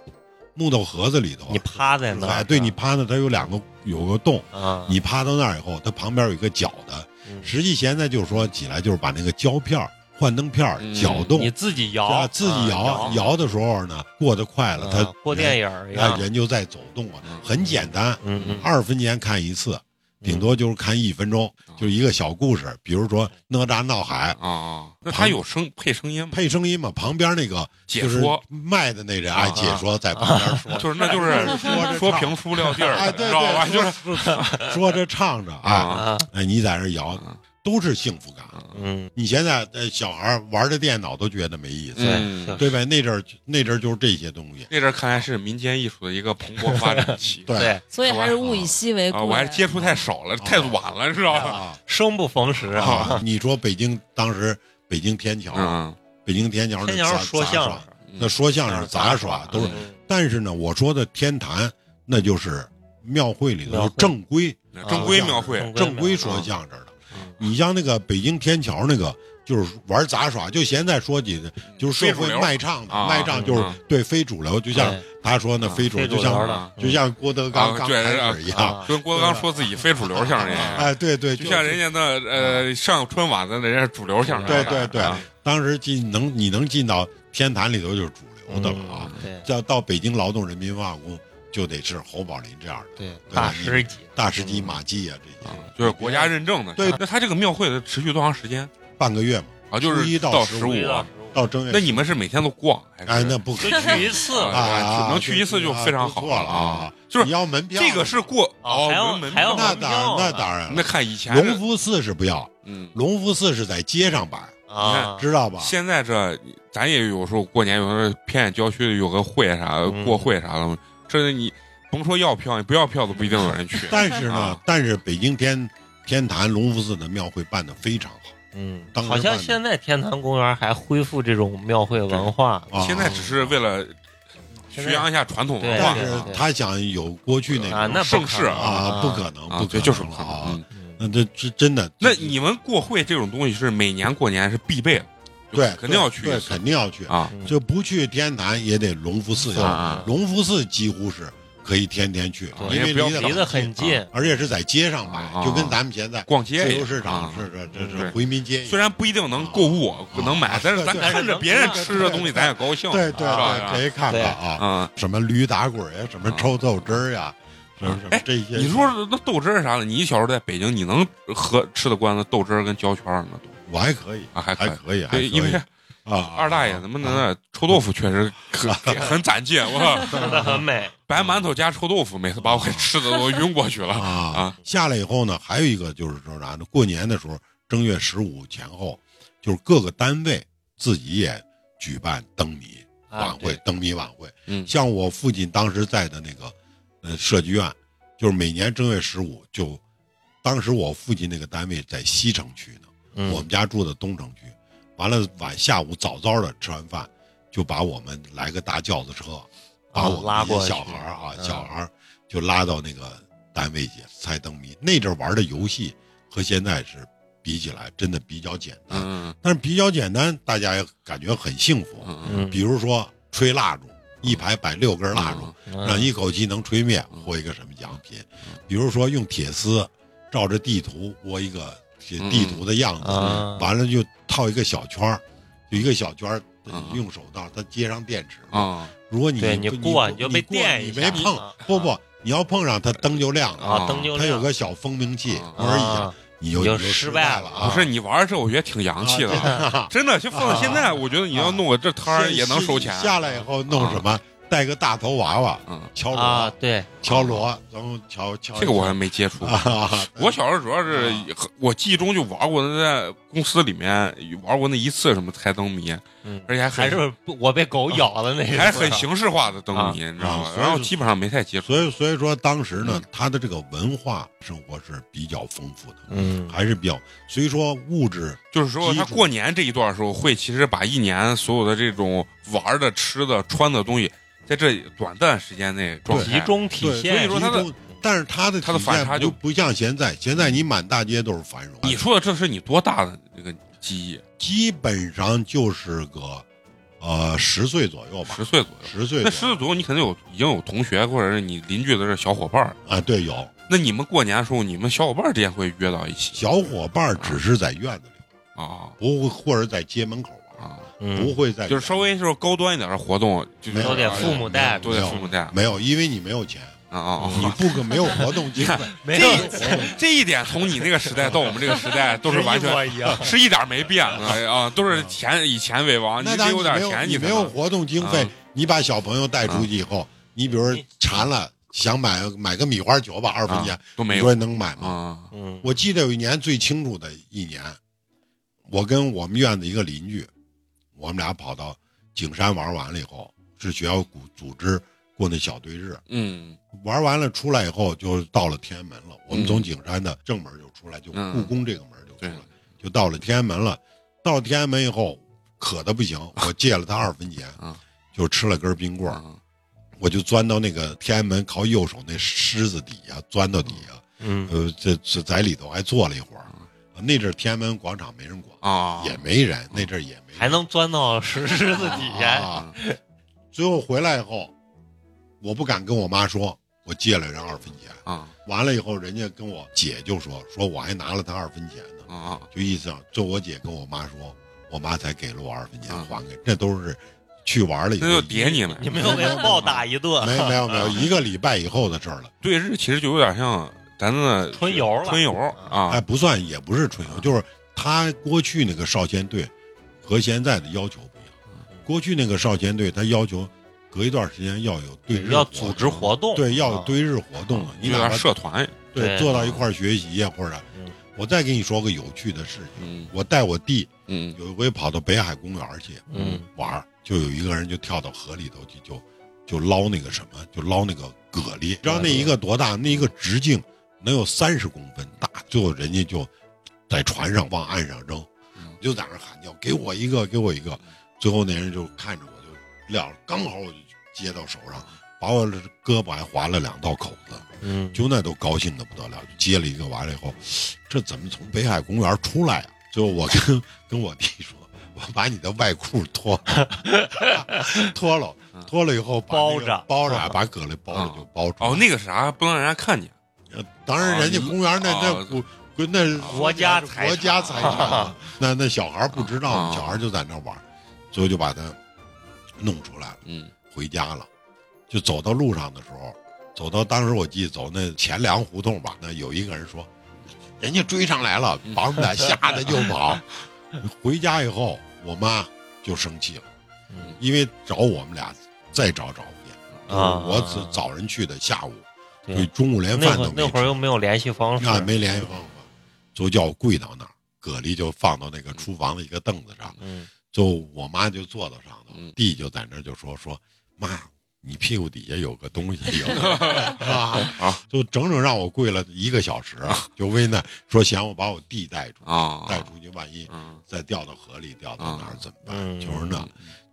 Speaker 5: 木头盒子里头啊
Speaker 4: 你啊趴在那儿
Speaker 5: 哎，对你趴那，它有两个有个洞，
Speaker 4: 啊，
Speaker 5: 你趴到那儿以后，它旁边有一个角的。
Speaker 4: 嗯
Speaker 5: 实际现在就是说起来就是把那个胶片儿、幻灯片儿
Speaker 2: 嗯
Speaker 5: 搅动
Speaker 4: 你，自己
Speaker 5: 啊
Speaker 4: 摇，
Speaker 5: 自己摇
Speaker 4: 啊
Speaker 5: 摇的时候呢，过得快了，它哎
Speaker 4: 啊过电影儿一
Speaker 5: 那
Speaker 4: 样，
Speaker 5: 人就在走动啊
Speaker 2: 嗯，
Speaker 5: 很简单，
Speaker 4: 嗯嗯，
Speaker 5: 二分钱看一次，顶多就是看一分钟，就是一个小故事，比如说哪吒闹海，
Speaker 2: 啊啊，那他有声配声音 吗？
Speaker 5: 配声音嘛，旁边那个
Speaker 2: 解
Speaker 5: 就是
Speaker 2: 说
Speaker 5: 卖的那人
Speaker 2: 啊
Speaker 5: 爱解说在旁边说，
Speaker 2: 就是那就是
Speaker 5: 说
Speaker 2: 说评书撂地儿
Speaker 5: 哎，
Speaker 2: 的，
Speaker 5: 对
Speaker 2: 知道吧？
Speaker 5: 对，
Speaker 2: 就是
Speaker 5: 说说说着唱着啊，
Speaker 2: 啊，
Speaker 4: 啊，
Speaker 5: 哎，你在那摇
Speaker 2: 啊，
Speaker 5: 都是幸福感。
Speaker 4: 嗯，
Speaker 5: 你现在呃小孩玩着电脑都觉得没意思，
Speaker 2: 嗯
Speaker 4: 对，
Speaker 5: 对呗？那阵儿那阵儿就是这些东西，
Speaker 2: 那阵儿看来是民间艺术的一个蓬勃发展期
Speaker 5: 对
Speaker 4: 对，
Speaker 3: 所以还是物以稀为贵。
Speaker 2: 啊，我还是接触太少了，哦太晚了，知道吧？
Speaker 5: 啊
Speaker 4: 生不逢时啊，
Speaker 5: 啊！你说北京当时北京天桥，
Speaker 2: 嗯，
Speaker 5: 北京天桥那
Speaker 4: 天天
Speaker 5: 杂
Speaker 4: 说
Speaker 5: 杂
Speaker 4: 相
Speaker 5: 耍
Speaker 4: 声，
Speaker 5: 那说相声杂耍
Speaker 4: 嗯
Speaker 5: 都是。
Speaker 4: 嗯
Speaker 5: 但是呢，我说的天坛，那就是庙会里头
Speaker 4: 庙
Speaker 5: 有
Speaker 4: 会
Speaker 5: 正规
Speaker 2: 嗯正规描绘，
Speaker 4: 正
Speaker 5: 正规
Speaker 4: 规
Speaker 5: 说
Speaker 2: 嗯
Speaker 5: 相声的。
Speaker 4: 嗯
Speaker 5: 你像那个北京天桥那个，就是玩杂耍，就现在说起的，就是
Speaker 2: 嗯
Speaker 5: 社
Speaker 2: 非主
Speaker 5: 会
Speaker 2: 流
Speaker 5: 卖唱的，
Speaker 2: 啊
Speaker 5: 卖唱就是
Speaker 2: 嗯
Speaker 5: 对非主流，就像
Speaker 4: 对
Speaker 5: 他说那
Speaker 2: 啊
Speaker 5: 非主流，
Speaker 4: 嗯非主
Speaker 5: 就
Speaker 4: 流
Speaker 5: 像
Speaker 2: 的
Speaker 4: 了，
Speaker 5: 就像郭德纲
Speaker 2: 啊
Speaker 5: 刚
Speaker 2: 对
Speaker 5: 开始一样，
Speaker 4: 啊，
Speaker 2: 跟郭德纲说自己非主流相声演员，
Speaker 5: 哎，对对，
Speaker 2: 就像人家
Speaker 5: 家。
Speaker 2: 那呃上春晚的人家是主流相声
Speaker 5: 对
Speaker 2: 演员，
Speaker 5: 啊对对
Speaker 2: 啊，
Speaker 5: 当时进能你能进到天坛里头就是主流的了啊，
Speaker 4: 嗯对
Speaker 5: 要到北京劳动人民文化宫就得是侯宝林这样的
Speaker 4: 对，
Speaker 5: 吧
Speaker 4: 大师级，
Speaker 5: 大师
Speaker 2: 嗯
Speaker 5: 级马季啊，这些
Speaker 2: 就是国家认证的。
Speaker 5: 对
Speaker 2: 那他这个庙会的持续多长时间
Speaker 5: 半个月嘛，
Speaker 2: 啊？就
Speaker 5: 初一
Speaker 2: 是
Speaker 5: 到
Speaker 2: 到
Speaker 5: 十
Speaker 2: 十
Speaker 5: 五
Speaker 2: 五
Speaker 4: 注意到
Speaker 2: 啊。
Speaker 4: 食物
Speaker 5: 到正月
Speaker 2: 那你们是每天都逛还是？
Speaker 5: 哎那不可
Speaker 4: 就
Speaker 5: 能
Speaker 4: 去一次
Speaker 2: 啊
Speaker 5: 啊，
Speaker 2: 能去一次就非常好
Speaker 5: 不错了
Speaker 2: 啊！就是
Speaker 5: 你要门票
Speaker 2: 这个是过哦
Speaker 4: 啊还要
Speaker 2: 门
Speaker 4: 还要
Speaker 2: 票，啊
Speaker 5: 那当然那当然
Speaker 2: 那
Speaker 5: 了，
Speaker 2: 看以前
Speaker 5: 隆福寺是不要，
Speaker 2: 嗯，
Speaker 5: 隆福寺是在街上摆，
Speaker 4: 啊，
Speaker 5: 知道吧？
Speaker 2: 现在这咱也有时候过年，有时候偏远郊区有个会啥的
Speaker 4: 嗯
Speaker 2: 过会啥的，这你甭说要票，你不要票都不一定有人去。
Speaker 5: 但是呢
Speaker 2: 啊，
Speaker 5: 但是北京天天坛隆福寺的庙会办得非常好
Speaker 4: 嗯
Speaker 5: 当，时
Speaker 4: 好像
Speaker 5: 办的
Speaker 4: 现在天坛公园还恢复这种庙会文化，
Speaker 5: 啊，
Speaker 2: 现在只是为了
Speaker 4: 现在
Speaker 2: 学洋一下传统文
Speaker 4: 对
Speaker 2: 化
Speaker 5: 但是
Speaker 4: 对
Speaker 5: 他想有过去那
Speaker 4: 啊
Speaker 5: 种
Speaker 4: 那不
Speaker 2: 盛
Speaker 4: 可
Speaker 2: 世
Speaker 4: 能
Speaker 2: 啊
Speaker 5: 啊，不可能，不可
Speaker 2: 对，
Speaker 5: 能
Speaker 2: 就是
Speaker 5: 了
Speaker 2: 不可能
Speaker 5: 啊！
Speaker 2: 嗯
Speaker 4: 嗯
Speaker 5: 那这这真的，
Speaker 2: 那你们过会这种东西是每年过年是必备的，就
Speaker 5: 对
Speaker 2: 肯定要去一
Speaker 5: 对，
Speaker 2: 次
Speaker 5: 肯定要去。
Speaker 2: 啊
Speaker 4: 嗯
Speaker 5: 就不去天坛也得隆福寺
Speaker 2: 啊
Speaker 5: 呀，
Speaker 2: 啊！
Speaker 5: 隆福寺几乎是可以天天去，
Speaker 2: 对
Speaker 5: 因为
Speaker 2: 也不要
Speaker 5: 得
Speaker 4: 离得很近，
Speaker 5: 而且是在街上摆
Speaker 2: 啊，
Speaker 5: 就跟咱们现在
Speaker 2: 逛街
Speaker 5: 自
Speaker 2: 也
Speaker 5: 由市场
Speaker 2: 啊
Speaker 5: 是这这
Speaker 4: 嗯
Speaker 5: 这
Speaker 2: 对
Speaker 5: 回民街一样，
Speaker 2: 虽然不一定能购物、能买，但是咱
Speaker 5: 啊对
Speaker 4: 对
Speaker 2: 看着别人吃这东西，咱也高兴，
Speaker 5: 对对
Speaker 2: 啊是
Speaker 5: 啊对，
Speaker 2: 吧
Speaker 5: 可以看看啊，
Speaker 2: 嗯，
Speaker 5: 什么驴打滚呀，什么
Speaker 2: 啊
Speaker 5: 抽豆汁儿呀，什么什么
Speaker 2: 哎
Speaker 5: 这些。
Speaker 2: 你说那豆汁儿啥的，你小时候在北京，你能喝吃得惯那豆汁儿跟焦圈儿那东西
Speaker 5: 我还可以，
Speaker 2: 啊？还可
Speaker 5: 还
Speaker 2: 以。
Speaker 5: 可以，还可
Speaker 2: 对，
Speaker 5: 以
Speaker 2: 因为
Speaker 5: 啊，
Speaker 2: 二大爷
Speaker 5: 啊
Speaker 2: 能不能臭豆腐确实 很很攒劲，我
Speaker 4: 说的很美，
Speaker 2: 白馒头加臭豆腐，每次把我给吃的都晕过去了
Speaker 5: 啊
Speaker 2: 啊！
Speaker 5: 下来以后呢，还有一个就是说啥呢？过年的时候，正月十五前后，就是各个单位自己也举办灯谜晚
Speaker 4: 啊，
Speaker 5: 会
Speaker 4: 对，，
Speaker 5: 灯谜晚会。
Speaker 2: 嗯
Speaker 5: 像我父亲当时在的那个呃设计院，就是每年正月十五就，当时我父亲那个单位在西城区呢，我
Speaker 4: 嗯
Speaker 5: 们家住的东城区。完了晚下午早早的吃完饭，就把我们来个大轿子车，把我
Speaker 4: 啊拉
Speaker 5: 们
Speaker 4: 过
Speaker 5: 这
Speaker 4: 去
Speaker 5: 些小孩儿啊
Speaker 4: 嗯
Speaker 5: 小孩儿就拉到那个单位去猜灯谜。那阵儿玩的游戏和现在是比起来，真的比较简单，
Speaker 2: 嗯
Speaker 5: 但是比较简单，大家也感觉很幸福。
Speaker 2: 嗯嗯，
Speaker 4: 嗯，
Speaker 5: 比如说吹蜡烛，一排摆六根蜡烛，
Speaker 4: 嗯
Speaker 5: 让一口气能吹灭
Speaker 2: 嗯，
Speaker 5: 获一个什么奖品？比如说用铁丝照着地图窝一个铁
Speaker 2: 嗯
Speaker 5: 地图的样子，
Speaker 4: 嗯啊
Speaker 5: 完了就套一个小圈儿，就一个小圈儿
Speaker 2: 嗯，
Speaker 5: 用手套它接上电池。
Speaker 2: 啊
Speaker 5: 如果你
Speaker 4: 对
Speaker 5: 你
Speaker 4: 你
Speaker 5: 不
Speaker 4: 过
Speaker 5: 你
Speaker 4: 你就
Speaker 5: 不
Speaker 4: 被
Speaker 5: 你过
Speaker 4: 电一
Speaker 5: 你
Speaker 4: 下
Speaker 5: 没碰
Speaker 4: 啊，
Speaker 5: 不不，你要碰上它灯就亮了，
Speaker 4: 啊，灯就
Speaker 5: 它有
Speaker 4: 亮
Speaker 5: 个小蜂鸣器，
Speaker 2: 啊
Speaker 5: 嗡一下
Speaker 4: 啊
Speaker 5: 你就
Speaker 4: 你就
Speaker 5: 你就
Speaker 4: 失败
Speaker 5: 败
Speaker 4: 了
Speaker 5: 啊！
Speaker 2: 不是你玩儿这，我觉得挺洋气的啊，
Speaker 5: 啊。
Speaker 2: 真的。就放到现在，我觉得你要弄个这 摊儿也能收钱。啊
Speaker 5: 下来以后弄什么？带个大头娃娃，
Speaker 2: 嗯，
Speaker 5: 敲锣，
Speaker 4: 啊，对，
Speaker 5: 敲锣，然后敲敲。
Speaker 2: 这个我还没接触过。
Speaker 5: 啊，
Speaker 2: 我小时候主要是
Speaker 5: 啊
Speaker 2: 我记忆中就玩过，那在公司里面玩过那一次什么猜灯谜，
Speaker 4: 嗯，
Speaker 2: 而且还很
Speaker 4: 还是不我被狗咬了那个，
Speaker 2: 还是很形式化的灯谜，你知道
Speaker 5: 啊
Speaker 2: 吗？
Speaker 5: 所以
Speaker 2: 然后基本上没太接触。
Speaker 5: 所以所以说当时
Speaker 2: 嗯
Speaker 5: 呢，他的这个文化生活是比较丰富的，
Speaker 4: 嗯
Speaker 5: 还是比较，所以说物质
Speaker 2: 就是说，
Speaker 5: 基
Speaker 2: 他
Speaker 5: 础
Speaker 2: 过年这一段时候会其实把一年所有的这种玩的、吃的、穿的东西，在这短暂时间内装
Speaker 5: 对
Speaker 2: 开
Speaker 4: 集。中体
Speaker 5: 对，
Speaker 4: 现，
Speaker 2: 所以说它的
Speaker 5: 集中，但是他的
Speaker 2: 它的
Speaker 5: 体现
Speaker 2: 反差就
Speaker 5: 不不像现在，现在你满大街都是繁荣，啊
Speaker 2: 你说的这是你多大的这个记忆？
Speaker 5: 基本上就是个呃十岁左右吧
Speaker 2: 十，岁左右。
Speaker 5: 十岁
Speaker 2: 那
Speaker 5: 左
Speaker 2: 十
Speaker 5: 右
Speaker 2: 岁左右，你肯定有已经有同学或者是你邻居的这小伙伴儿。
Speaker 5: 啊，对，有
Speaker 2: 那你们过年的时候，你们小伙伴儿之间会约到一起
Speaker 5: 小伙伴只是在院子里，
Speaker 2: 啊
Speaker 5: 不会或者在街门口玩，
Speaker 2: 啊，
Speaker 5: 不
Speaker 4: 嗯，
Speaker 5: 会在
Speaker 2: 就是稍微就是高端一点的活动，就是
Speaker 5: 没有
Speaker 4: 都得父母带着，
Speaker 2: 都得父母带啊
Speaker 5: 没有，因为你没有钱，
Speaker 2: 啊啊！
Speaker 5: 你不可没有活动机 会。
Speaker 4: 没有
Speaker 2: 这这一点从你那个时代到我们这个时代都是完
Speaker 4: 一
Speaker 2: 全
Speaker 4: 模一 样，
Speaker 2: 是一点没变的啊，都是钱以钱为王，你
Speaker 5: 那
Speaker 2: 得有
Speaker 5: 当然
Speaker 2: 点
Speaker 5: 没有
Speaker 2: 钱，
Speaker 5: 你
Speaker 2: 才
Speaker 5: 没有
Speaker 2: 能
Speaker 5: 活动经费
Speaker 2: 嗯，
Speaker 5: 你把小朋友带出去以后，你比如说馋了，想买买个米花球吧，二分钱，
Speaker 2: 啊都没
Speaker 5: 你
Speaker 2: 有
Speaker 5: 说能买吗？
Speaker 2: 啊
Speaker 4: 嗯，
Speaker 5: 我记得有一年最清楚的一年，我跟我们院子一个邻居，我们俩跑到景山玩完了以后，是学校组组织过那小对日，
Speaker 2: 嗯
Speaker 5: 玩完了出来以后就到了天安门了。我们从景山的正门就出来，就
Speaker 2: 嗯
Speaker 5: 故宫这个门就出来
Speaker 2: 对，
Speaker 5: 就到了天安门了。到了天安门以后，渴的不行，我借了他二分钱
Speaker 2: 啊，
Speaker 5: 就吃了根冰棍儿，
Speaker 2: 啊
Speaker 5: 我就钻到那个天安门靠右手那狮子底下，钻到底
Speaker 2: 啊
Speaker 5: 下，
Speaker 4: 嗯，
Speaker 5: 呃，这这在里头还坐了一会儿。那阵儿天安门广场没人管，
Speaker 2: 啊
Speaker 5: 也没人，那阵儿也没人
Speaker 4: 还能钻到 石狮子底下，
Speaker 5: 啊。最后回来以后，我不敢跟我妈说，我借了人二分钱。
Speaker 2: 啊
Speaker 5: 完了以后，人家跟我姐就说说我还拿了他二分钱呢，
Speaker 2: 啊啊
Speaker 5: 就意思上，就我姐跟我妈说，我妈才给了我二分钱
Speaker 2: 嗯
Speaker 5: 还给，这都是去玩了以后
Speaker 2: 那就叠你啊们
Speaker 4: 你们又给暴打一顿，
Speaker 5: 没没有没有一个礼拜以后的事儿了，
Speaker 2: 对日其实就有点像咱的
Speaker 4: 春游了
Speaker 2: 春游
Speaker 5: 哎，
Speaker 2: 啊
Speaker 5: 不算也不是春游，就是他过去那个少先队和现在的要求不一
Speaker 2: 嗯
Speaker 5: 样，过去那个少先队他要求隔一段时间要有对日
Speaker 4: 要
Speaker 5: 活
Speaker 4: 组
Speaker 5: 动
Speaker 4: 织活动，
Speaker 5: 对要有对日活动啊，
Speaker 2: 就
Speaker 5: 你
Speaker 2: 有
Speaker 5: 哪
Speaker 2: 点
Speaker 5: 怕
Speaker 2: 社团
Speaker 5: 对
Speaker 4: 对
Speaker 5: 坐到一块儿学习呀，或者
Speaker 4: 嗯
Speaker 5: 我再给你说个有趣的事情，
Speaker 2: 嗯
Speaker 5: 我带我弟。
Speaker 2: 嗯
Speaker 5: 有一回跑到北海公园去，
Speaker 4: 嗯，
Speaker 5: 玩儿，就有一个人就跳到河里头去，就就捞那个什么，就捞那个蛤蜊。知道那一个多大？那一个直径能有三十公分大。最后人家就在船上往岸上扔
Speaker 2: 嗯，
Speaker 5: 就在那儿喊叫：“给我一个，给我一个！”最后那人就看着我就撂了，刚好我就接到手上，把我的胳膊还划了两道口子，
Speaker 4: 嗯，
Speaker 5: 就那都高兴的不得了。接了一个完了以后，这怎么从北海公园出来啊？最后我跟跟我弟说，我把你的外裤脱 了脱了，
Speaker 2: 嗯
Speaker 5: 脱了以后把
Speaker 4: 包
Speaker 5: 那个
Speaker 4: 着
Speaker 5: 包着，啊把胳肋包着就包住。
Speaker 2: 哦，那个啥，不能让人家看见。
Speaker 5: 呃当然人家公园那那
Speaker 2: 哦
Speaker 5: 古。跟那
Speaker 4: 国家财
Speaker 5: 国家财
Speaker 4: 产
Speaker 5: 产，那那小孩不知道，
Speaker 2: 啊
Speaker 5: 小孩就在那玩，最后就把他弄出来了。
Speaker 2: 嗯
Speaker 5: 回家了，就走到路上的时候，走到当时我记得走那钱粮胡同吧，那有一个人说，人家追上来了，
Speaker 4: 嗯
Speaker 5: 把我们俩吓得就 跑。回家以后，我妈就生气了，
Speaker 4: 嗯
Speaker 5: 因为找我们俩再找找不见，就是
Speaker 4: 啊
Speaker 5: 我早早晨去的，下午，
Speaker 4: 对
Speaker 5: 就中午连
Speaker 4: 那
Speaker 5: 饭
Speaker 4: 会
Speaker 5: 都
Speaker 4: 儿
Speaker 5: 没
Speaker 4: 那会儿
Speaker 5: 吃
Speaker 4: 又没有联系方式，
Speaker 5: 啊，没联系方法，就叫我跪到那儿，蛤蜊就放到那个厨房的一个凳子上。
Speaker 4: 嗯，
Speaker 5: 就我妈就坐到上头
Speaker 2: 嗯，
Speaker 5: 弟就在那儿就说说妈，你屁股底下有个东西， 有个啊，
Speaker 2: 啊
Speaker 5: 就整整让我跪了一个小时，啊就为那说嫌我把我弟带出
Speaker 2: 啊，
Speaker 5: 带出去，万一
Speaker 2: 嗯
Speaker 5: 再掉到河里掉到哪
Speaker 2: 啊
Speaker 5: 儿怎么办？
Speaker 4: 嗯
Speaker 5: 就是那，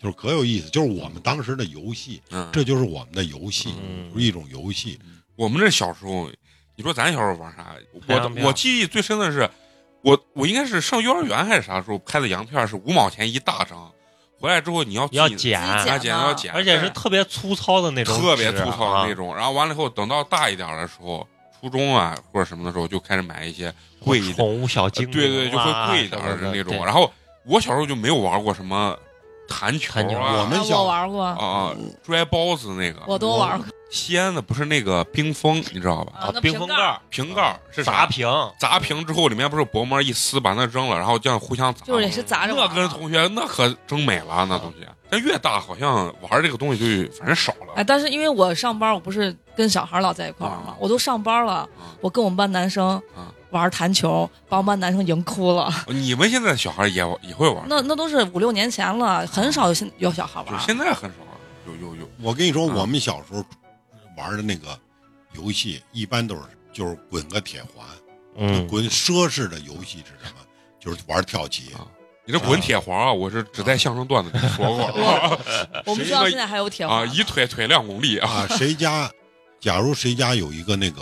Speaker 5: 就是可有意思，就是我们当时的游戏，
Speaker 2: 嗯，
Speaker 5: 这就是我们的游戏，
Speaker 4: 嗯
Speaker 5: 就是一种游戏。
Speaker 2: 我们这小时候，你说咱小时候玩啥？
Speaker 4: 拍洋
Speaker 2: 我
Speaker 4: 片
Speaker 2: 我记忆最深的是，我我应该是上幼儿园还是啥时候拍的洋片儿，是五毛钱一大张，回来之后你要
Speaker 4: 你要
Speaker 2: 自己
Speaker 4: 剪，
Speaker 3: 自己
Speaker 2: 啊
Speaker 3: 剪
Speaker 2: 剪
Speaker 3: 嘛
Speaker 2: 要剪，
Speaker 4: 而且是特别粗糙的那种纸，
Speaker 2: 特别粗糙的那
Speaker 4: 啊。
Speaker 2: 种。然后完了以后，等到大一点儿的时候，初中啊或者什么的时候，就开始买一些贵一点的
Speaker 4: 宠物小
Speaker 2: 呃
Speaker 4: 精灵，
Speaker 2: 对对，就会
Speaker 4: 哇
Speaker 2: 贵一点儿的那种。。
Speaker 4: 什么
Speaker 2: 然后我小时候就没有玩过什么弹球
Speaker 4: 弹球
Speaker 2: 啊，
Speaker 5: 我们
Speaker 3: 啊
Speaker 5: 小
Speaker 3: 我玩过，
Speaker 2: 啊啊摔包子那个。
Speaker 3: 我都玩过
Speaker 2: 西安的不是那个冰封，你知道吧？
Speaker 4: 的
Speaker 3: 啊
Speaker 4: 啊，
Speaker 3: 那
Speaker 4: 冰
Speaker 3: 瓶
Speaker 4: 封盖
Speaker 3: 盖儿
Speaker 4: 儿
Speaker 2: 瓶盖儿是
Speaker 4: 砸
Speaker 2: 啥？
Speaker 4: 平，
Speaker 2: 啊砸平之后，里面不是薄膜一撕，把那扔了，然后这样互相砸。
Speaker 3: 就是也是砸着
Speaker 2: 那
Speaker 3: 玩儿啊
Speaker 2: 跟同学那可争美了，那东西。但越大好像玩这个东西就反正少了
Speaker 3: 哎，。但是因为我上班，我不是跟小孩老在一块儿嘛
Speaker 2: 啊，
Speaker 3: 我都上班了
Speaker 2: 啊，
Speaker 3: 我跟我们班男生
Speaker 2: 啊
Speaker 3: 玩弹球，把我们班男生赢哭了。
Speaker 2: 你们现在小孩也也会玩？
Speaker 3: 那那都是五六年前了，很少有现有小孩
Speaker 2: 就
Speaker 3: 玩
Speaker 2: 是
Speaker 3: 儿。
Speaker 2: 现在很少了。有有有，
Speaker 5: 我跟你说，
Speaker 2: 啊
Speaker 5: 我们小时候玩的那个游戏，一般都是就是滚个铁环。
Speaker 4: 嗯，
Speaker 5: 滚奢侈的游戏是什么？就是玩跳棋
Speaker 2: 啊，你这滚铁环啊，我是只在相声段子里说过
Speaker 3: 我们学校现在还有铁
Speaker 2: 啊，
Speaker 3: 环
Speaker 2: 以腿腿量功力啊。
Speaker 5: 啊。谁家，假如谁家有一个那个，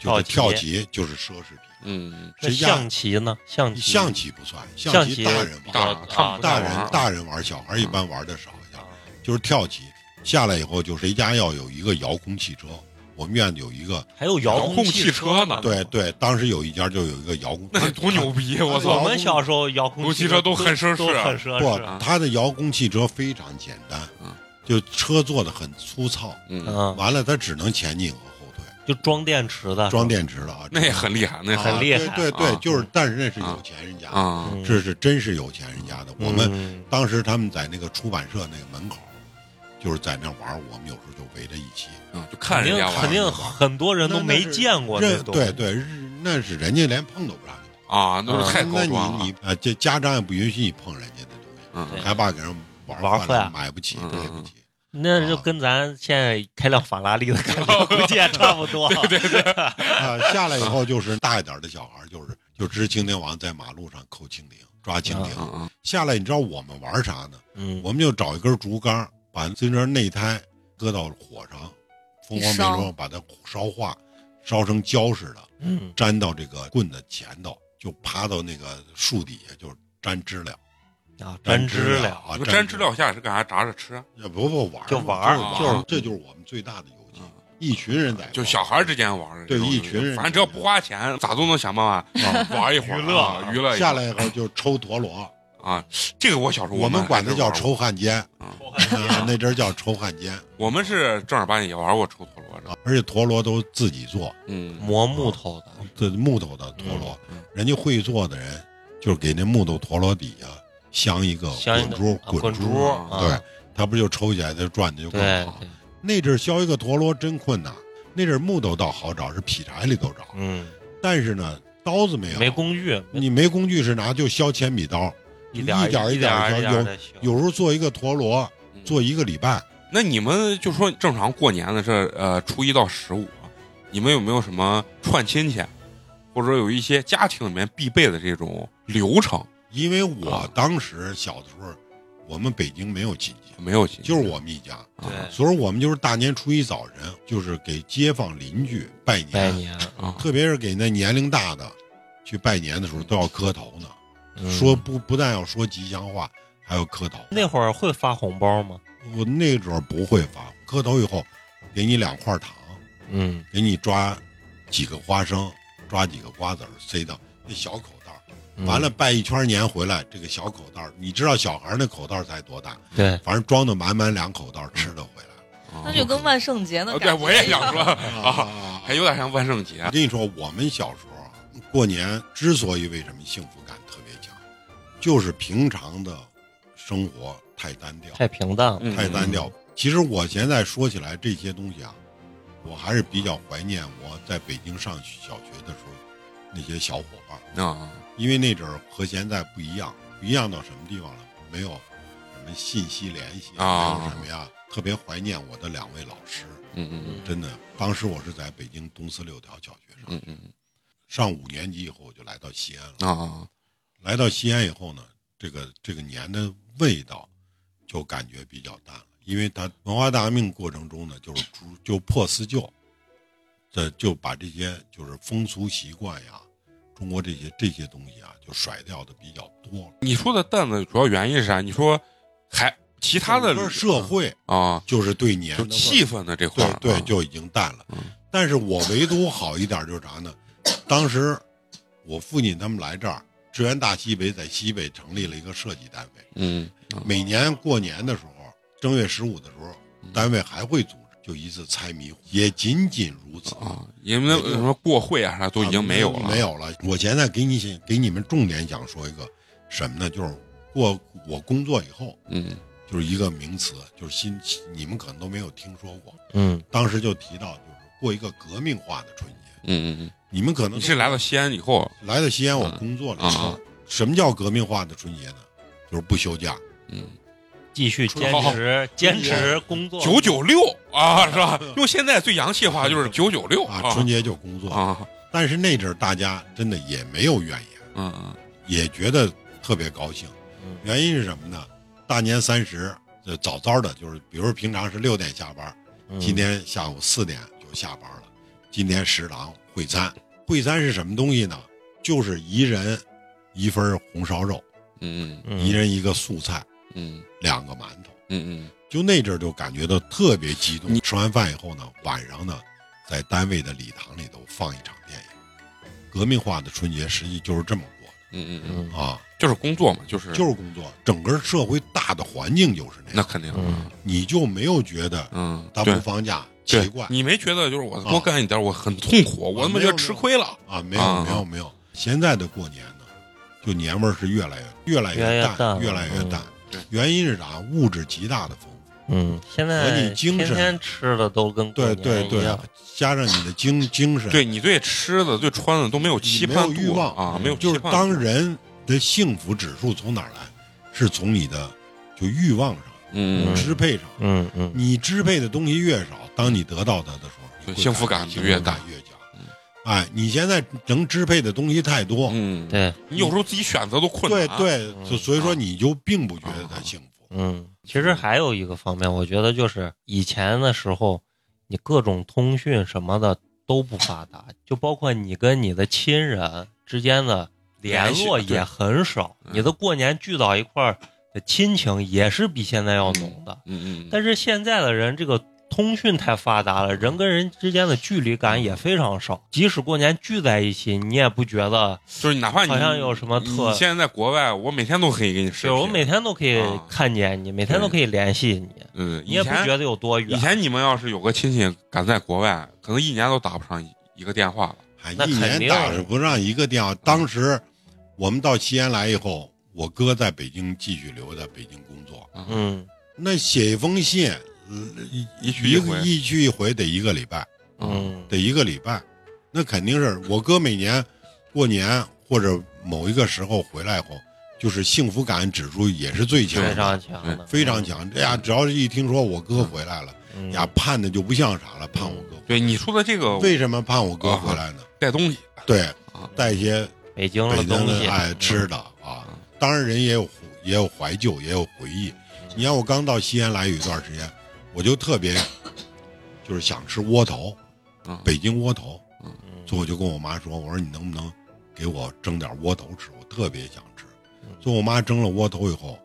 Speaker 5: 就是
Speaker 4: 跳
Speaker 5: 跳
Speaker 4: 棋
Speaker 5: 棋就是奢侈品。
Speaker 2: 嗯，
Speaker 4: 那
Speaker 5: 谁家
Speaker 4: 象棋呢？象棋，
Speaker 5: 象棋不算，
Speaker 4: 象
Speaker 5: 棋
Speaker 4: 棋
Speaker 5: 大人
Speaker 4: 比
Speaker 5: 玩，
Speaker 4: 较
Speaker 2: 大
Speaker 4: 他们不
Speaker 5: 大
Speaker 4: 太
Speaker 2: 人
Speaker 4: 玩
Speaker 5: 人
Speaker 4: 儿
Speaker 5: 大人玩，小孩一般玩的少一点
Speaker 4: 啊。
Speaker 5: 就是跳棋下来以后，就谁家要有一个遥控汽车，我们院子有一个，
Speaker 4: 还有
Speaker 2: 遥
Speaker 4: 遥
Speaker 2: 控汽
Speaker 4: 汽
Speaker 2: 车呢
Speaker 5: 对对，当时有一家就有一个遥控，
Speaker 2: 那得多牛逼！我
Speaker 5: 遥
Speaker 2: 操
Speaker 4: 我
Speaker 5: 控
Speaker 4: 们小时候遥控
Speaker 2: 遥控汽车都
Speaker 4: 都
Speaker 2: 很奢侈啊
Speaker 4: 都很奢
Speaker 5: 不
Speaker 4: 侈。，
Speaker 5: 它的遥控汽车非常简单
Speaker 2: 嗯，
Speaker 5: 就车做的很粗糙，
Speaker 2: 嗯，
Speaker 4: 嗯，
Speaker 5: 完了它只能前进和后退。
Speaker 4: 就装电池的，
Speaker 5: 装电池了啊，
Speaker 2: 那也很厉害，那也
Speaker 5: 啊
Speaker 2: 很
Speaker 4: 很厉害
Speaker 5: 对对对，
Speaker 2: 啊
Speaker 5: 就是，但是那是有钱人家的，
Speaker 2: 啊
Speaker 4: 嗯
Speaker 5: 这是真是有钱人家的。我们
Speaker 4: 嗯
Speaker 5: 当时他们在那个出版社那个门口，就是在那玩儿，我们有时候就围着一起。
Speaker 2: 啊，就看
Speaker 4: 肯
Speaker 2: 人
Speaker 4: 定
Speaker 2: 家
Speaker 4: 肯
Speaker 2: 玩
Speaker 4: 定很多人都没见过那
Speaker 5: 认
Speaker 4: 种，
Speaker 5: 对对，日那是人家连碰都不让你
Speaker 2: 啊，那是太
Speaker 5: 碰。那
Speaker 2: 高端
Speaker 5: 你
Speaker 2: 了。
Speaker 5: 你啊，这家长也不允许你碰人家的东
Speaker 2: 嗯
Speaker 4: 对
Speaker 5: 西，害怕给人玩
Speaker 4: 玩
Speaker 5: 坏
Speaker 4: 坏
Speaker 5: 了，
Speaker 4: 了
Speaker 5: 买不起，
Speaker 2: 嗯
Speaker 5: 赔不起。
Speaker 4: 那就跟咱现在开辆法拉利的感觉估计也差不多。哦 对对
Speaker 5: 啊，下来以后就是大一点的小孩儿，就是就知蜻蜓王在马路上扣蜻蜓，抓蜻
Speaker 2: 嗯
Speaker 5: 蜓。
Speaker 2: 嗯
Speaker 5: 下来你知道我们玩啥呢？
Speaker 4: 嗯，
Speaker 5: 我们就找一根竹竿，把自行车内胎搁到火上，蜂
Speaker 3: 一
Speaker 5: 窝煤
Speaker 3: 烧
Speaker 5: 中把它烧化，烧成焦似的，
Speaker 4: 嗯
Speaker 5: 粘到这个棍子前头，就趴到那个树底下，就粘知了，
Speaker 4: 啊，
Speaker 5: 粘
Speaker 4: 真知
Speaker 5: 了
Speaker 4: 了，
Speaker 5: 啊，
Speaker 2: 嗯，
Speaker 5: 粘
Speaker 2: 粘知了下是干啥？炸着吃？啊
Speaker 5: 也不不玩儿，
Speaker 4: 就玩儿
Speaker 5: 就
Speaker 2: 就是
Speaker 5: 玩儿这就是我们最大的游戏
Speaker 2: 嗯，
Speaker 5: 一群人在玩儿，
Speaker 2: 就小孩儿之间玩的这
Speaker 5: 对
Speaker 2: 种游戏，
Speaker 5: 一群人
Speaker 2: 反正只要不花钱，咋都能想办法啊玩一会儿
Speaker 4: 娱乐
Speaker 2: 啊娱乐一
Speaker 5: 下来以后就抽陀螺，
Speaker 2: 啊。这个我小时候
Speaker 5: 我们管
Speaker 2: 它
Speaker 5: 它叫抽，汉奸，啊 那阵儿叫抽汉奸，
Speaker 2: 我们是正儿八经也玩过抽陀螺的。
Speaker 5: 啊而且陀螺都自己做，
Speaker 2: 嗯，
Speaker 4: 磨木头的，
Speaker 5: 这木头的陀螺，
Speaker 2: 嗯嗯
Speaker 5: 人家会做的人就是给那木头陀螺底下镶一个
Speaker 4: 像一
Speaker 5: 滚
Speaker 4: 个
Speaker 5: 珠，
Speaker 4: 啊滚
Speaker 5: 珠，
Speaker 4: 珠
Speaker 2: 啊
Speaker 5: 对，它不就抽起来，它转的就更
Speaker 4: 对啊
Speaker 5: 好。
Speaker 4: 对，
Speaker 5: 那阵儿削一个陀螺真困难，那阵儿木头倒好找，是劈柴里头找，
Speaker 4: 嗯，
Speaker 5: 但是呢，刀子没有，
Speaker 4: 没工具，
Speaker 5: 你没工具是拿就削铅笔刀，
Speaker 4: 一点儿
Speaker 5: 一点儿
Speaker 4: 一
Speaker 5: 一点儿
Speaker 4: 儿
Speaker 5: 削
Speaker 4: 一点儿的削，
Speaker 5: 有时候做一个陀螺
Speaker 2: 嗯
Speaker 5: 做一个礼拜。
Speaker 2: 那你们就说正常过年的是呃初一到十五，啊你们有没有什么串亲戚，啊或者说有一些家庭里面必备的这种流程？
Speaker 4: 啊
Speaker 5: 因为我当时小的时候我们北京没有亲戚，
Speaker 4: 嗯
Speaker 2: 没有亲戚，
Speaker 5: 就是我们一家，
Speaker 4: 对
Speaker 2: 啊
Speaker 5: 所以我们就是大年初一早晨，就是给街坊邻居拜年，
Speaker 4: 拜年，
Speaker 2: 啊，
Speaker 5: 特别是给那年龄大的去拜年的时候都要磕头呢，
Speaker 4: 嗯
Speaker 5: 说不不但要说吉祥话，还要磕头。
Speaker 4: 那会儿会发红包吗？
Speaker 5: 我那时候不会发，磕头以后给你两块糖，
Speaker 4: 嗯，
Speaker 5: 给你抓几个花生，抓几个瓜子儿塞到那小口袋儿。
Speaker 4: 嗯
Speaker 5: 完了，拜一圈年回来，这个小口袋儿，你知道小孩儿那口袋儿才多大，
Speaker 4: 对，
Speaker 5: 反正装的满满两口袋儿吃的回来。
Speaker 2: 啊
Speaker 3: 那就跟万圣节那
Speaker 2: 啊对
Speaker 3: 感觉
Speaker 2: 我也想说啊，
Speaker 5: 啊
Speaker 2: 还有点像万圣节啊
Speaker 5: 我跟你说，我们小时候啊过年之所以为什么幸福感特别强，就是平常的生活太单调，
Speaker 4: 太平淡了。
Speaker 2: 嗯
Speaker 5: 太单调。其实我现在说起来这些东西啊，我还是比较怀念我在北京上小学的时候那些小伙伴，
Speaker 2: 啊，
Speaker 5: 因为那阵儿和现在不一样，不一样到什么地方了？没有什么信息联系，
Speaker 2: 啊
Speaker 5: 没有什么呀。特别怀念我的两位老师，
Speaker 2: 嗯嗯
Speaker 5: 真的，当时我是在北京东四六条小学上。
Speaker 2: 嗯嗯
Speaker 5: 上五年级以后，我就来到西安了。
Speaker 2: 嗯啊，
Speaker 5: 来到西安以后呢，这个这个年的味道就感觉比较淡了，因为它文化大革命过程中呢，就是逐就破四旧，这就把这些就是风俗习惯呀，中国这些这些东西啊，就甩掉的比较多了。
Speaker 2: 你说的担子主要原因是啥？你说还其他的
Speaker 5: 整个社会
Speaker 2: 啊，
Speaker 5: 就是对年
Speaker 2: 就
Speaker 5: 的
Speaker 2: 气氛的这块
Speaker 5: 对
Speaker 2: 儿，
Speaker 5: 对
Speaker 2: 啊
Speaker 5: 就已经淡了
Speaker 2: 嗯。
Speaker 5: 但是我唯独好一点就是啥呢？ 当时我父亲他们来这儿，支援大西北在西北成立了一个设计单位。
Speaker 2: 嗯
Speaker 5: 每年过年的时候，正月十五的时候
Speaker 2: 嗯，
Speaker 5: 单位还会组织就一次猜谜，也仅仅如此，
Speaker 2: 啊，因为那什么过会啊啥都已经没有了，
Speaker 5: 没有了。我现在给你给你们重点想说一个什么呢？就是过我工作以后，
Speaker 2: 嗯
Speaker 5: 就是一个名词，就是新你们可能都没有听说过。
Speaker 4: 嗯，
Speaker 5: 当时就提到，就是过一个革命化的春节。
Speaker 2: 嗯嗯嗯，
Speaker 5: 你们可能
Speaker 2: 你
Speaker 5: 都
Speaker 2: 是来到西安以后
Speaker 5: 来到西安，我
Speaker 2: 嗯
Speaker 5: 工作了以后
Speaker 2: 啊，，
Speaker 5: 什么叫革命化的春节呢？就是不休假，
Speaker 2: 嗯，
Speaker 4: 继续坚
Speaker 2: 好
Speaker 4: 持坚持工作。
Speaker 2: 九九六啊，是吧？用现在最洋气的话就是九九六
Speaker 5: 啊，春节就工作。
Speaker 2: 啊，
Speaker 5: 但是那阵儿大家真的也没有怨言，
Speaker 2: 嗯嗯
Speaker 5: 也觉得特别高兴。
Speaker 4: 嗯
Speaker 5: 原因是什么呢？大年三十，呃，早早的，就是比如平常是六点下班，
Speaker 4: 嗯
Speaker 5: 今天下午四点就下班了。今天食堂会餐，会餐是什么东西呢？就是一人一份红烧肉，
Speaker 2: 嗯
Speaker 4: 嗯
Speaker 5: 一人一个素菜，
Speaker 2: 嗯
Speaker 5: 两个馒头。
Speaker 2: 嗯
Speaker 5: 就那阵儿就感觉到特别激动。吃完饭以后呢，晚上呢，在单位的礼堂里头放一场电影。革命化的春节实际就是这么过
Speaker 2: 嗯嗯嗯，
Speaker 4: 嗯
Speaker 5: 的啊，
Speaker 2: 就是工作嘛，就是
Speaker 5: 就是工作，整个社会大的环境就是那
Speaker 2: 那
Speaker 5: 样，
Speaker 2: 肯定，
Speaker 4: 嗯
Speaker 5: 你就没有觉得
Speaker 2: 嗯，
Speaker 5: 咱不
Speaker 2: 对。
Speaker 5: 放假奇
Speaker 2: 对
Speaker 5: 怪
Speaker 2: 你没觉得就是我
Speaker 5: 啊
Speaker 2: 多干一点，我很痛苦，我他妈
Speaker 5: 没
Speaker 2: 觉
Speaker 5: 有
Speaker 2: 得吃亏了。
Speaker 5: 啊？没有
Speaker 2: 啊
Speaker 5: 没有没有，现在的过年呢，就年味儿是越来越越来
Speaker 4: 越来越淡
Speaker 5: 淡，
Speaker 4: 了
Speaker 5: 越来越
Speaker 4: 嗯
Speaker 5: 淡
Speaker 2: 对。
Speaker 5: 原因是啥？物质极大的丰富。
Speaker 4: 嗯，现
Speaker 5: 和
Speaker 4: 在
Speaker 5: 你精
Speaker 4: 天
Speaker 5: 神
Speaker 4: 天吃的都跟过
Speaker 5: 对
Speaker 4: 年
Speaker 5: 对对
Speaker 4: 一样，
Speaker 5: 加上你的精精神，
Speaker 2: 对你对吃的、对穿的都没有期盼
Speaker 5: 没有
Speaker 2: 度
Speaker 5: 欲望嗯
Speaker 2: 啊，没有
Speaker 5: 就是
Speaker 2: 期盼
Speaker 5: 当
Speaker 2: 度
Speaker 5: 人的幸福指数从哪儿来，是从你的就欲望上、
Speaker 2: 嗯，
Speaker 5: 支配上。
Speaker 4: 嗯嗯
Speaker 5: 你支配的东西越少，当你得到它的时候，你
Speaker 2: 对
Speaker 5: 会
Speaker 2: 幸福
Speaker 5: 感
Speaker 2: 感
Speaker 5: 觉
Speaker 2: 就
Speaker 5: 幸福
Speaker 2: 越大
Speaker 5: 感越强。哎，你现在能支配的东西太多，
Speaker 2: 嗯，
Speaker 4: 对，
Speaker 2: 你有时候自己选择都困
Speaker 5: 对
Speaker 2: 难。
Speaker 5: 对，
Speaker 4: 嗯
Speaker 5: 所所以
Speaker 2: 啊
Speaker 5: 说你就并不觉得它幸福。
Speaker 4: 嗯，其实还有一个方面，我觉得就是以前的时候，你各种通讯什么的都不发达，就包括你跟你的亲人之间的联络
Speaker 2: 联系对
Speaker 4: 也很少，
Speaker 2: 嗯
Speaker 4: 你的过年聚到一块儿的亲情也是比现在要浓的。
Speaker 2: 嗯，嗯嗯，
Speaker 4: 但是现在的人，这个通讯太发达了，人跟人之间的距离感也非常少，即使过年聚在一起，你也不觉得
Speaker 2: 就是哪怕你
Speaker 4: 好像有什么特
Speaker 2: 你现在在国外，我每天都可以给你视
Speaker 4: 对
Speaker 2: 频。
Speaker 4: 我每天都可以
Speaker 2: 啊
Speaker 4: 看见你，每天都可以联系你，
Speaker 2: 嗯，
Speaker 4: 你
Speaker 2: 以
Speaker 4: 也不
Speaker 2: 前
Speaker 4: 觉得有多远。
Speaker 2: 以前你们要是有个亲戚敢在国外，可能一年都打不上一一个电话了。
Speaker 5: 哎，
Speaker 4: 那
Speaker 5: 一
Speaker 4: 肯
Speaker 5: 年
Speaker 4: 定啊
Speaker 5: 打是不上一个电话。当时我们到西安来以后，我哥在北京继续留在北京工作，
Speaker 4: 嗯
Speaker 5: 那写一封信，嗯
Speaker 2: 一一去
Speaker 5: 一
Speaker 2: 回
Speaker 5: 个，一去一回得一个礼拜。
Speaker 2: 啊
Speaker 4: 嗯
Speaker 5: 得一个礼拜，那肯定是我哥每年过年或者某一个时候回来后，就是幸福感指数也是最强
Speaker 4: 非
Speaker 5: 的，
Speaker 4: 常强的，
Speaker 5: 非常
Speaker 2: 嗯
Speaker 5: 强。这哎呀，只要是一听说我哥回来了，
Speaker 4: 嗯
Speaker 5: 呀，盼的就不像啥了，盼我哥。
Speaker 2: 嗯对你说的这个
Speaker 5: 为什么盼我哥回来呢？
Speaker 2: 带东西
Speaker 5: 对
Speaker 2: 啊，
Speaker 5: 带一些
Speaker 4: 北京
Speaker 5: 北
Speaker 4: 的
Speaker 5: 京
Speaker 4: 东
Speaker 2: 哎
Speaker 4: 西嗯
Speaker 5: 哎的，爱吃的啊，当然人也有也有怀旧，也有回忆。你看我刚到西安来有一段时间，我就特别就是想吃窝头，
Speaker 2: 嗯
Speaker 5: 北京窝头，
Speaker 4: 嗯
Speaker 5: 所以我就跟我妈说，我说你能不能给我蒸点窝头吃，我特别想吃
Speaker 4: 嗯。
Speaker 5: 所以我妈蒸了窝头以后，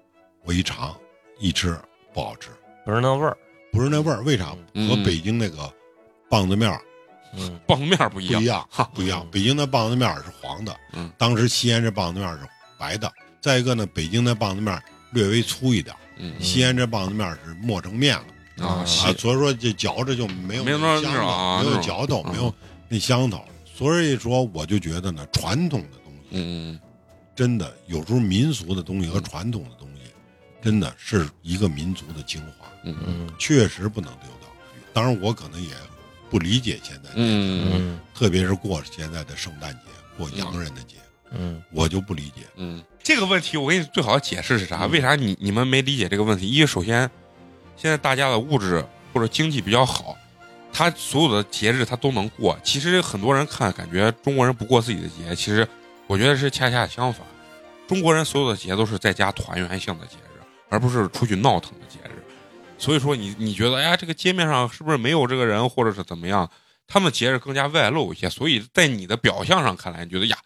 Speaker 5: 我一尝一吃不好吃，
Speaker 4: 不是那味儿，
Speaker 5: 不是那味儿，为啥？
Speaker 2: 嗯
Speaker 5: 和北京那个棒子面儿
Speaker 4: 嗯
Speaker 2: 棒面儿不一
Speaker 5: 不
Speaker 2: 样
Speaker 5: 一，样，不一样。北京的棒子面儿是黄的，
Speaker 2: 嗯
Speaker 5: 当时西安这棒子面儿是白的。再一个呢，北京的棒子面儿略微粗一点儿，
Speaker 2: 嗯
Speaker 5: 西安这棒子面儿是磨成面了、
Speaker 2: 啊，
Speaker 4: 啊
Speaker 2: 细
Speaker 5: 啊，所以说这嚼着就没有
Speaker 2: 没有那
Speaker 5: 那
Speaker 2: 味
Speaker 5: 香
Speaker 2: 儿
Speaker 5: 头，
Speaker 2: 啊
Speaker 5: 没
Speaker 2: 那
Speaker 5: 有
Speaker 2: 种
Speaker 5: 嚼头，
Speaker 2: 嗯
Speaker 5: 没有那香头。所以说，我就觉得呢，传统的东西
Speaker 2: 嗯
Speaker 5: 真的有时候民俗的东西和传统的东西，真的是一个民族的精华，
Speaker 2: 嗯嗯
Speaker 4: 嗯
Speaker 5: 确实不能丢掉。当然，我可能也不理解现在，
Speaker 2: 嗯
Speaker 4: 嗯
Speaker 5: 特别是过现在的圣诞节，过洋人的节，
Speaker 4: 嗯
Speaker 5: 我就不理解。
Speaker 2: 嗯，这个问题我给你最好的解释是
Speaker 5: 嗯
Speaker 2: 啥？为啥你你们没理解这个问题？因为首先，现在大家的物质或者经济比较好，他所有的节日他都能过。其实很多人看感觉中国人不过自己的节，其实我觉得是恰恰相反。中国人所有的节都是在家团圆性的节日，而不是出去闹腾的节日。所以说你，你觉得，哎呀，这个街面上是不是没有这个人，或者是怎么样？他们节日更加外露一些，所以在你的表象上看来，你觉得呀，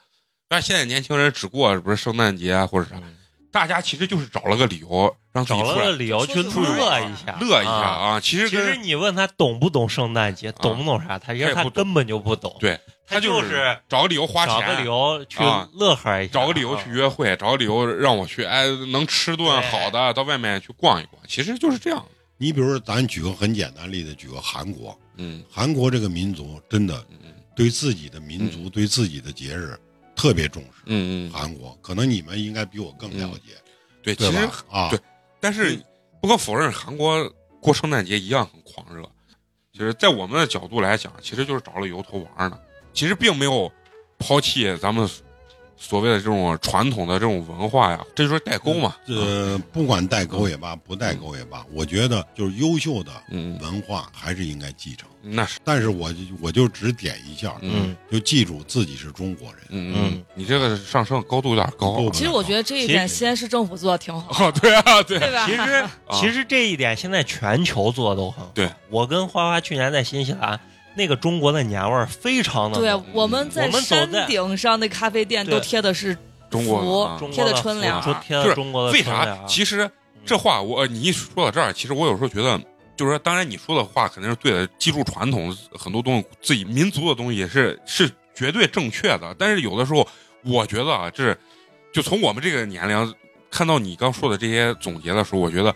Speaker 2: 那现在年轻人只过不是圣诞节啊，或者啥，
Speaker 4: 嗯，
Speaker 2: 大家其实就是找了个理由让自己
Speaker 4: 找
Speaker 2: 出
Speaker 4: 了个
Speaker 2: 来
Speaker 4: 理由去乐一下，
Speaker 2: 乐一下
Speaker 4: 啊。
Speaker 2: 啊。其实
Speaker 4: 其实
Speaker 2: 跟
Speaker 4: 你问他懂不懂圣诞节，懂不懂啥，他其
Speaker 2: 他
Speaker 4: 实
Speaker 2: 也
Speaker 4: 他
Speaker 2: 不懂
Speaker 4: 根本就不懂。
Speaker 2: 对，
Speaker 4: 他
Speaker 2: 就
Speaker 4: 就是
Speaker 2: 找个理由花
Speaker 4: 找个理
Speaker 2: 钱。
Speaker 4: 由去
Speaker 2: 啊
Speaker 4: 乐呵一下，啊
Speaker 2: 找个理由去约会，找个理由让我去，哎，能吃顿好的，到外面去逛一逛，其实就是这样。
Speaker 5: 你比如说，咱举个很简单例子，举个韩国，
Speaker 2: 嗯
Speaker 5: 韩国这个民族真的
Speaker 2: 嗯
Speaker 5: 对自己的民族、对自己的节日特别重视。
Speaker 2: 嗯嗯，嗯
Speaker 5: 韩国可能你们应该比我更了解，
Speaker 2: 对，其
Speaker 5: 对
Speaker 2: 实
Speaker 5: 吧？啊，
Speaker 2: 对但是不可否认，韩国过圣诞节一样很狂热。就是在我们的角度来讲，其实就是找了由头玩呢。其实并没有抛弃咱们所谓的这种传统的这种文化呀，这就是代沟嘛。
Speaker 5: 呃，不管代沟也罢，不代沟也罢，我觉得就是优秀的
Speaker 2: 嗯，
Speaker 5: 文化还是应该继承。
Speaker 2: 那是，
Speaker 5: 但是我就我就只点一下，
Speaker 4: 嗯，
Speaker 5: 就记住自己是中国人。
Speaker 2: 嗯
Speaker 4: 嗯，
Speaker 2: 你这个上升高度有点高啊。
Speaker 5: 不
Speaker 3: 其实我觉得这一点
Speaker 4: 其实
Speaker 3: 西安市政府做的挺 好，
Speaker 2: 哦，对啊，对
Speaker 3: 对吧？
Speaker 4: 其实
Speaker 2: 啊
Speaker 4: 其实这一点现在全球做的都很好。
Speaker 2: 对，
Speaker 4: 我跟花花去年在新西兰，那个中国的年味儿非常的
Speaker 3: 对
Speaker 4: 浓，
Speaker 3: 我们在
Speaker 4: 嗯我们走
Speaker 3: 山
Speaker 4: 在
Speaker 3: 顶上那咖啡店
Speaker 4: 对
Speaker 3: 都贴的是
Speaker 2: 中国啊
Speaker 3: 服
Speaker 4: 中
Speaker 3: 贴
Speaker 4: 国
Speaker 3: 的
Speaker 4: 的
Speaker 3: 春联儿，
Speaker 4: 就贴
Speaker 2: 就
Speaker 4: 了
Speaker 2: 是
Speaker 4: 中国的啊
Speaker 2: 为
Speaker 4: 春联
Speaker 2: 啥？
Speaker 4: 儿
Speaker 2: 其实这话我呃你一说到这儿，其实我有时候觉得，就是说，当然你说的话肯定是对的，记住传统很多东西，自己民族的东西也是是绝对正确的。但是有的时候，我觉得啊，这是就从我们这个年龄看到你刚说的这些总结的时候，我觉得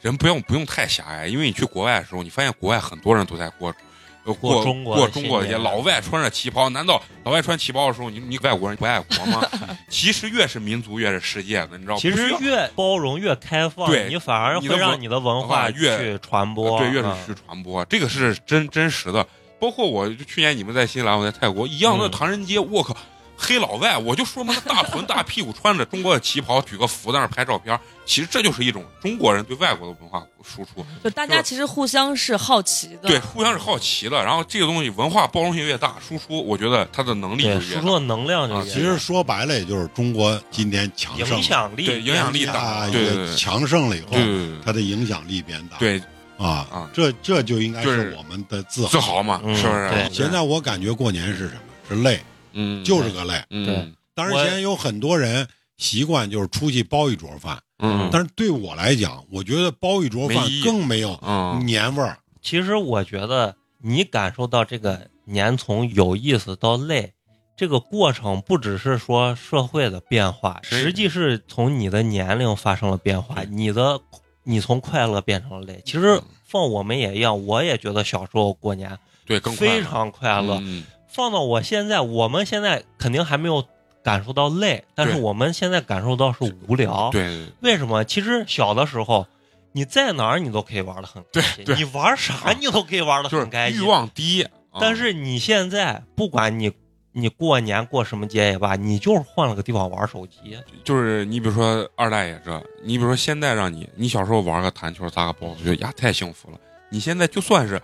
Speaker 2: 人不用不用太狭隘，因为你去国外的时候，你发现国外很多人都在过。呃
Speaker 4: 过
Speaker 2: 过
Speaker 4: 中国的
Speaker 2: 过中国的
Speaker 4: 新
Speaker 2: 节，
Speaker 4: 年啊
Speaker 2: 老外穿着旗袍，难道老外穿旗袍的时候，你你外国人不爱国 吗？其实越是民族，越是世界的，你知道吗？
Speaker 4: 其
Speaker 2: 啊不需
Speaker 4: 实
Speaker 2: 要
Speaker 4: 越包容越开放，
Speaker 2: 对
Speaker 4: 你反而
Speaker 2: 你
Speaker 4: 会
Speaker 2: 的文
Speaker 4: 让你的文
Speaker 2: 化
Speaker 4: 化
Speaker 2: 越
Speaker 4: 去传播，
Speaker 2: 啊对，越是
Speaker 4: 嗯
Speaker 2: 去传播，这个是真真实的。包括我就去年你们在新西兰，我在泰国一样的
Speaker 4: 嗯
Speaker 2: 唐人街，我靠，黑老外，我就说嘛，那大臀大屁股穿着中国的旗袍，举个福在那儿拍照片，其实这就是一种中国人对外国的文化输出，
Speaker 4: 嗯
Speaker 3: 就大家其实互相是好奇的，
Speaker 2: 对，互相是好奇的。然后这个东西文化包容性越大，输出我觉得它的能力就
Speaker 4: 对
Speaker 2: 越
Speaker 4: 输
Speaker 2: 大
Speaker 4: 出的能量就
Speaker 2: 啊
Speaker 4: 越
Speaker 5: 其实说白了，也就是中国今天强盛了，
Speaker 4: 影响力
Speaker 2: 对影响力大
Speaker 5: 啊，
Speaker 2: 对对
Speaker 5: 也
Speaker 2: 对
Speaker 5: 强盛了以后，
Speaker 2: 对
Speaker 4: 嗯
Speaker 2: 对
Speaker 5: 它的影响力变大。
Speaker 2: 对，
Speaker 5: 啊
Speaker 2: 啊
Speaker 5: 这这就应该
Speaker 2: 就是
Speaker 5: 是我们的自
Speaker 2: 对
Speaker 5: 豪。
Speaker 2: 自豪嘛，
Speaker 4: 嗯
Speaker 2: 是不是？
Speaker 4: 对
Speaker 5: 现在我感觉过年是什么？是累，
Speaker 2: 嗯，
Speaker 5: 就是个累。
Speaker 2: 嗯
Speaker 4: 对
Speaker 5: 当然，
Speaker 4: 我
Speaker 5: 现在有很多人习惯就是出去包一桌饭，
Speaker 2: 嗯
Speaker 5: 但是对我来讲，我觉得包一桌饭
Speaker 2: 没意义
Speaker 5: 更没有
Speaker 2: 嗯
Speaker 5: 年味儿。
Speaker 4: 其实我觉得你感受到这个年从有意思到累，这个过程不只是说社会的变化，
Speaker 2: 是
Speaker 4: 实际是从你的年龄发生了变化，
Speaker 2: 嗯
Speaker 4: 你的你从快乐变成了累。其实放我们也一样，我也觉得小时候过年
Speaker 2: 对更快
Speaker 4: 非
Speaker 2: 乐
Speaker 4: 常快乐。
Speaker 2: 嗯
Speaker 4: 放到我现在，我们现在肯定还没有感受到累，但是
Speaker 2: 对
Speaker 4: 我们现在感受到是无聊。
Speaker 2: 对对对
Speaker 4: 为什么？其实小的时候，你在哪儿你都可以玩的很开
Speaker 2: 对
Speaker 4: 心，
Speaker 2: 对
Speaker 4: 你玩啥
Speaker 2: 啊
Speaker 4: 你都可以玩的
Speaker 2: 就是
Speaker 4: 很开心。
Speaker 2: 欲望低，啊
Speaker 4: 但是你现在不管你你过年过什么节也罢，你就是换了个地方玩手机，
Speaker 2: 就是你比如说二代也这，你比如说现在让你，你小时候玩个弹球、砸个包子，就呀太幸福了。你现在就算是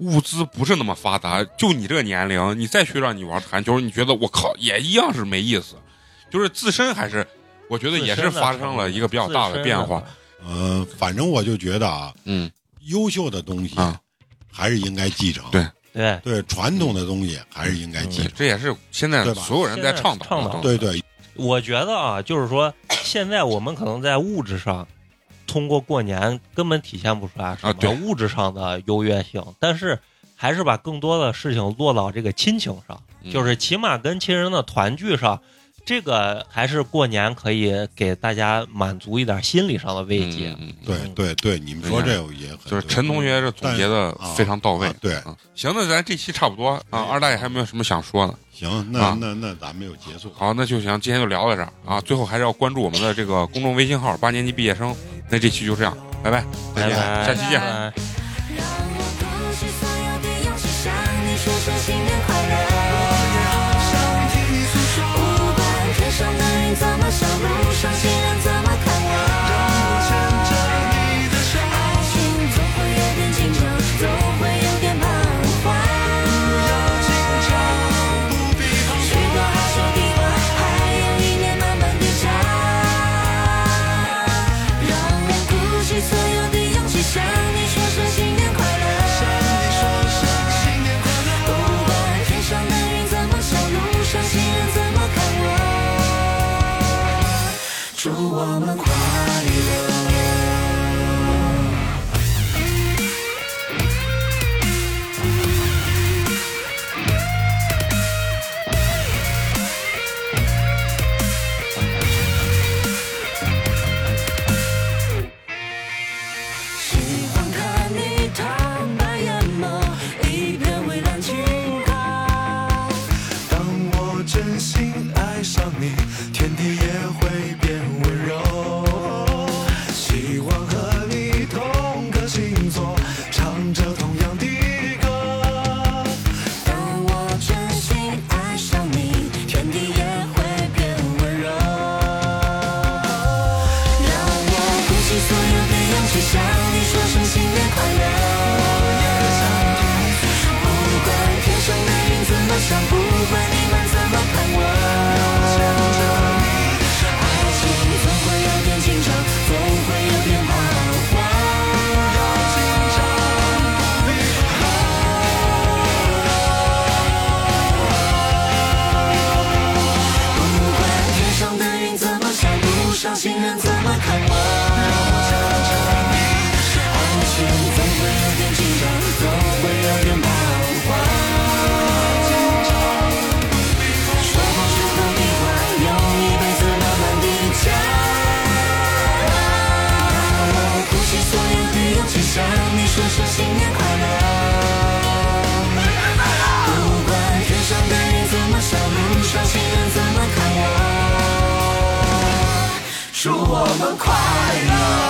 Speaker 2: 物资不是那么发达，就你这个年龄，你再去让你玩弹球，你觉得我靠也一样是没意思，就是自身还是我觉得也是发生了一个比较大的变化。
Speaker 5: 嗯、反正我就觉得啊，
Speaker 2: 嗯
Speaker 5: 优秀的东西
Speaker 2: 啊，
Speaker 5: 还是应该继承，
Speaker 2: 对嗯
Speaker 4: 对，
Speaker 5: 对传统的东西还是应该继承。
Speaker 2: 这也是现在
Speaker 5: 对吧
Speaker 2: 所有人在倡
Speaker 4: 现在倡
Speaker 2: 导的
Speaker 4: 导
Speaker 2: 东西。
Speaker 5: 对对，
Speaker 4: 我觉得啊，就是说，现在我们可能在物质上，通过过年根本体现不出来什
Speaker 2: 啊对
Speaker 4: 么物质上的优越性，但是还是把更多的事情落到这个亲情上，
Speaker 2: 嗯
Speaker 4: 就是起码跟亲人的团聚上，这个还是过年可以给大家满足一点心理上的慰藉。
Speaker 2: 嗯，嗯嗯
Speaker 5: 对对对，你们说这个也很
Speaker 2: 就是
Speaker 5: 对
Speaker 2: 陈同学这总结的非常到位
Speaker 5: 啊。对，
Speaker 2: 啊行，那咱这期差不多啊。二大爷还有没有什么想说的？
Speaker 5: 行，那、
Speaker 2: 啊
Speaker 5: 那那咱们就结束。
Speaker 2: 好，那就行，今天就聊到这儿啊。最后还是要关注我们的这个公众微信号“八年级毕业生”。那这期就这样，拜拜。
Speaker 4: 拜拜，
Speaker 2: 下期见
Speaker 4: 拜拜
Speaker 6: 让我鼓起所有的勇气向你说声新年快乐。不管天上的云怎么笑，路上行人怎么看我。爱情总会有点紧张，总会有点彷徨。去到好久地方，还有一年慢慢的长。让我鼓起所有的勇气向你说声新年快乐。不管天上的云怎么笑，路上行人怎么看我。祝我们快乐。喜欢看你坦白眼眸，一片蔚蓝晴空。
Speaker 1: 当我真心爱上你，天地也会变温柔。希望和你同个星座，唱着同样的歌。
Speaker 6: 当我真心爱上你，天地也会变温柔。让我鼓起所有的勇气，向你说声新年快乐。不管天上的云怎么笑，不管你们怎么看我。爱情总会有点紧张，总会有点彷徨。不管天上的云怎么笑，路上行人怎么看我。爱情总会有点紧张，总会有点彷徨。说不出的秘话，用一辈子慢慢地讲。我鼓起所有的勇气，向你说声新年快乐。不管天上的云怎么笑，路上行人怎么看我，祝我们快乐。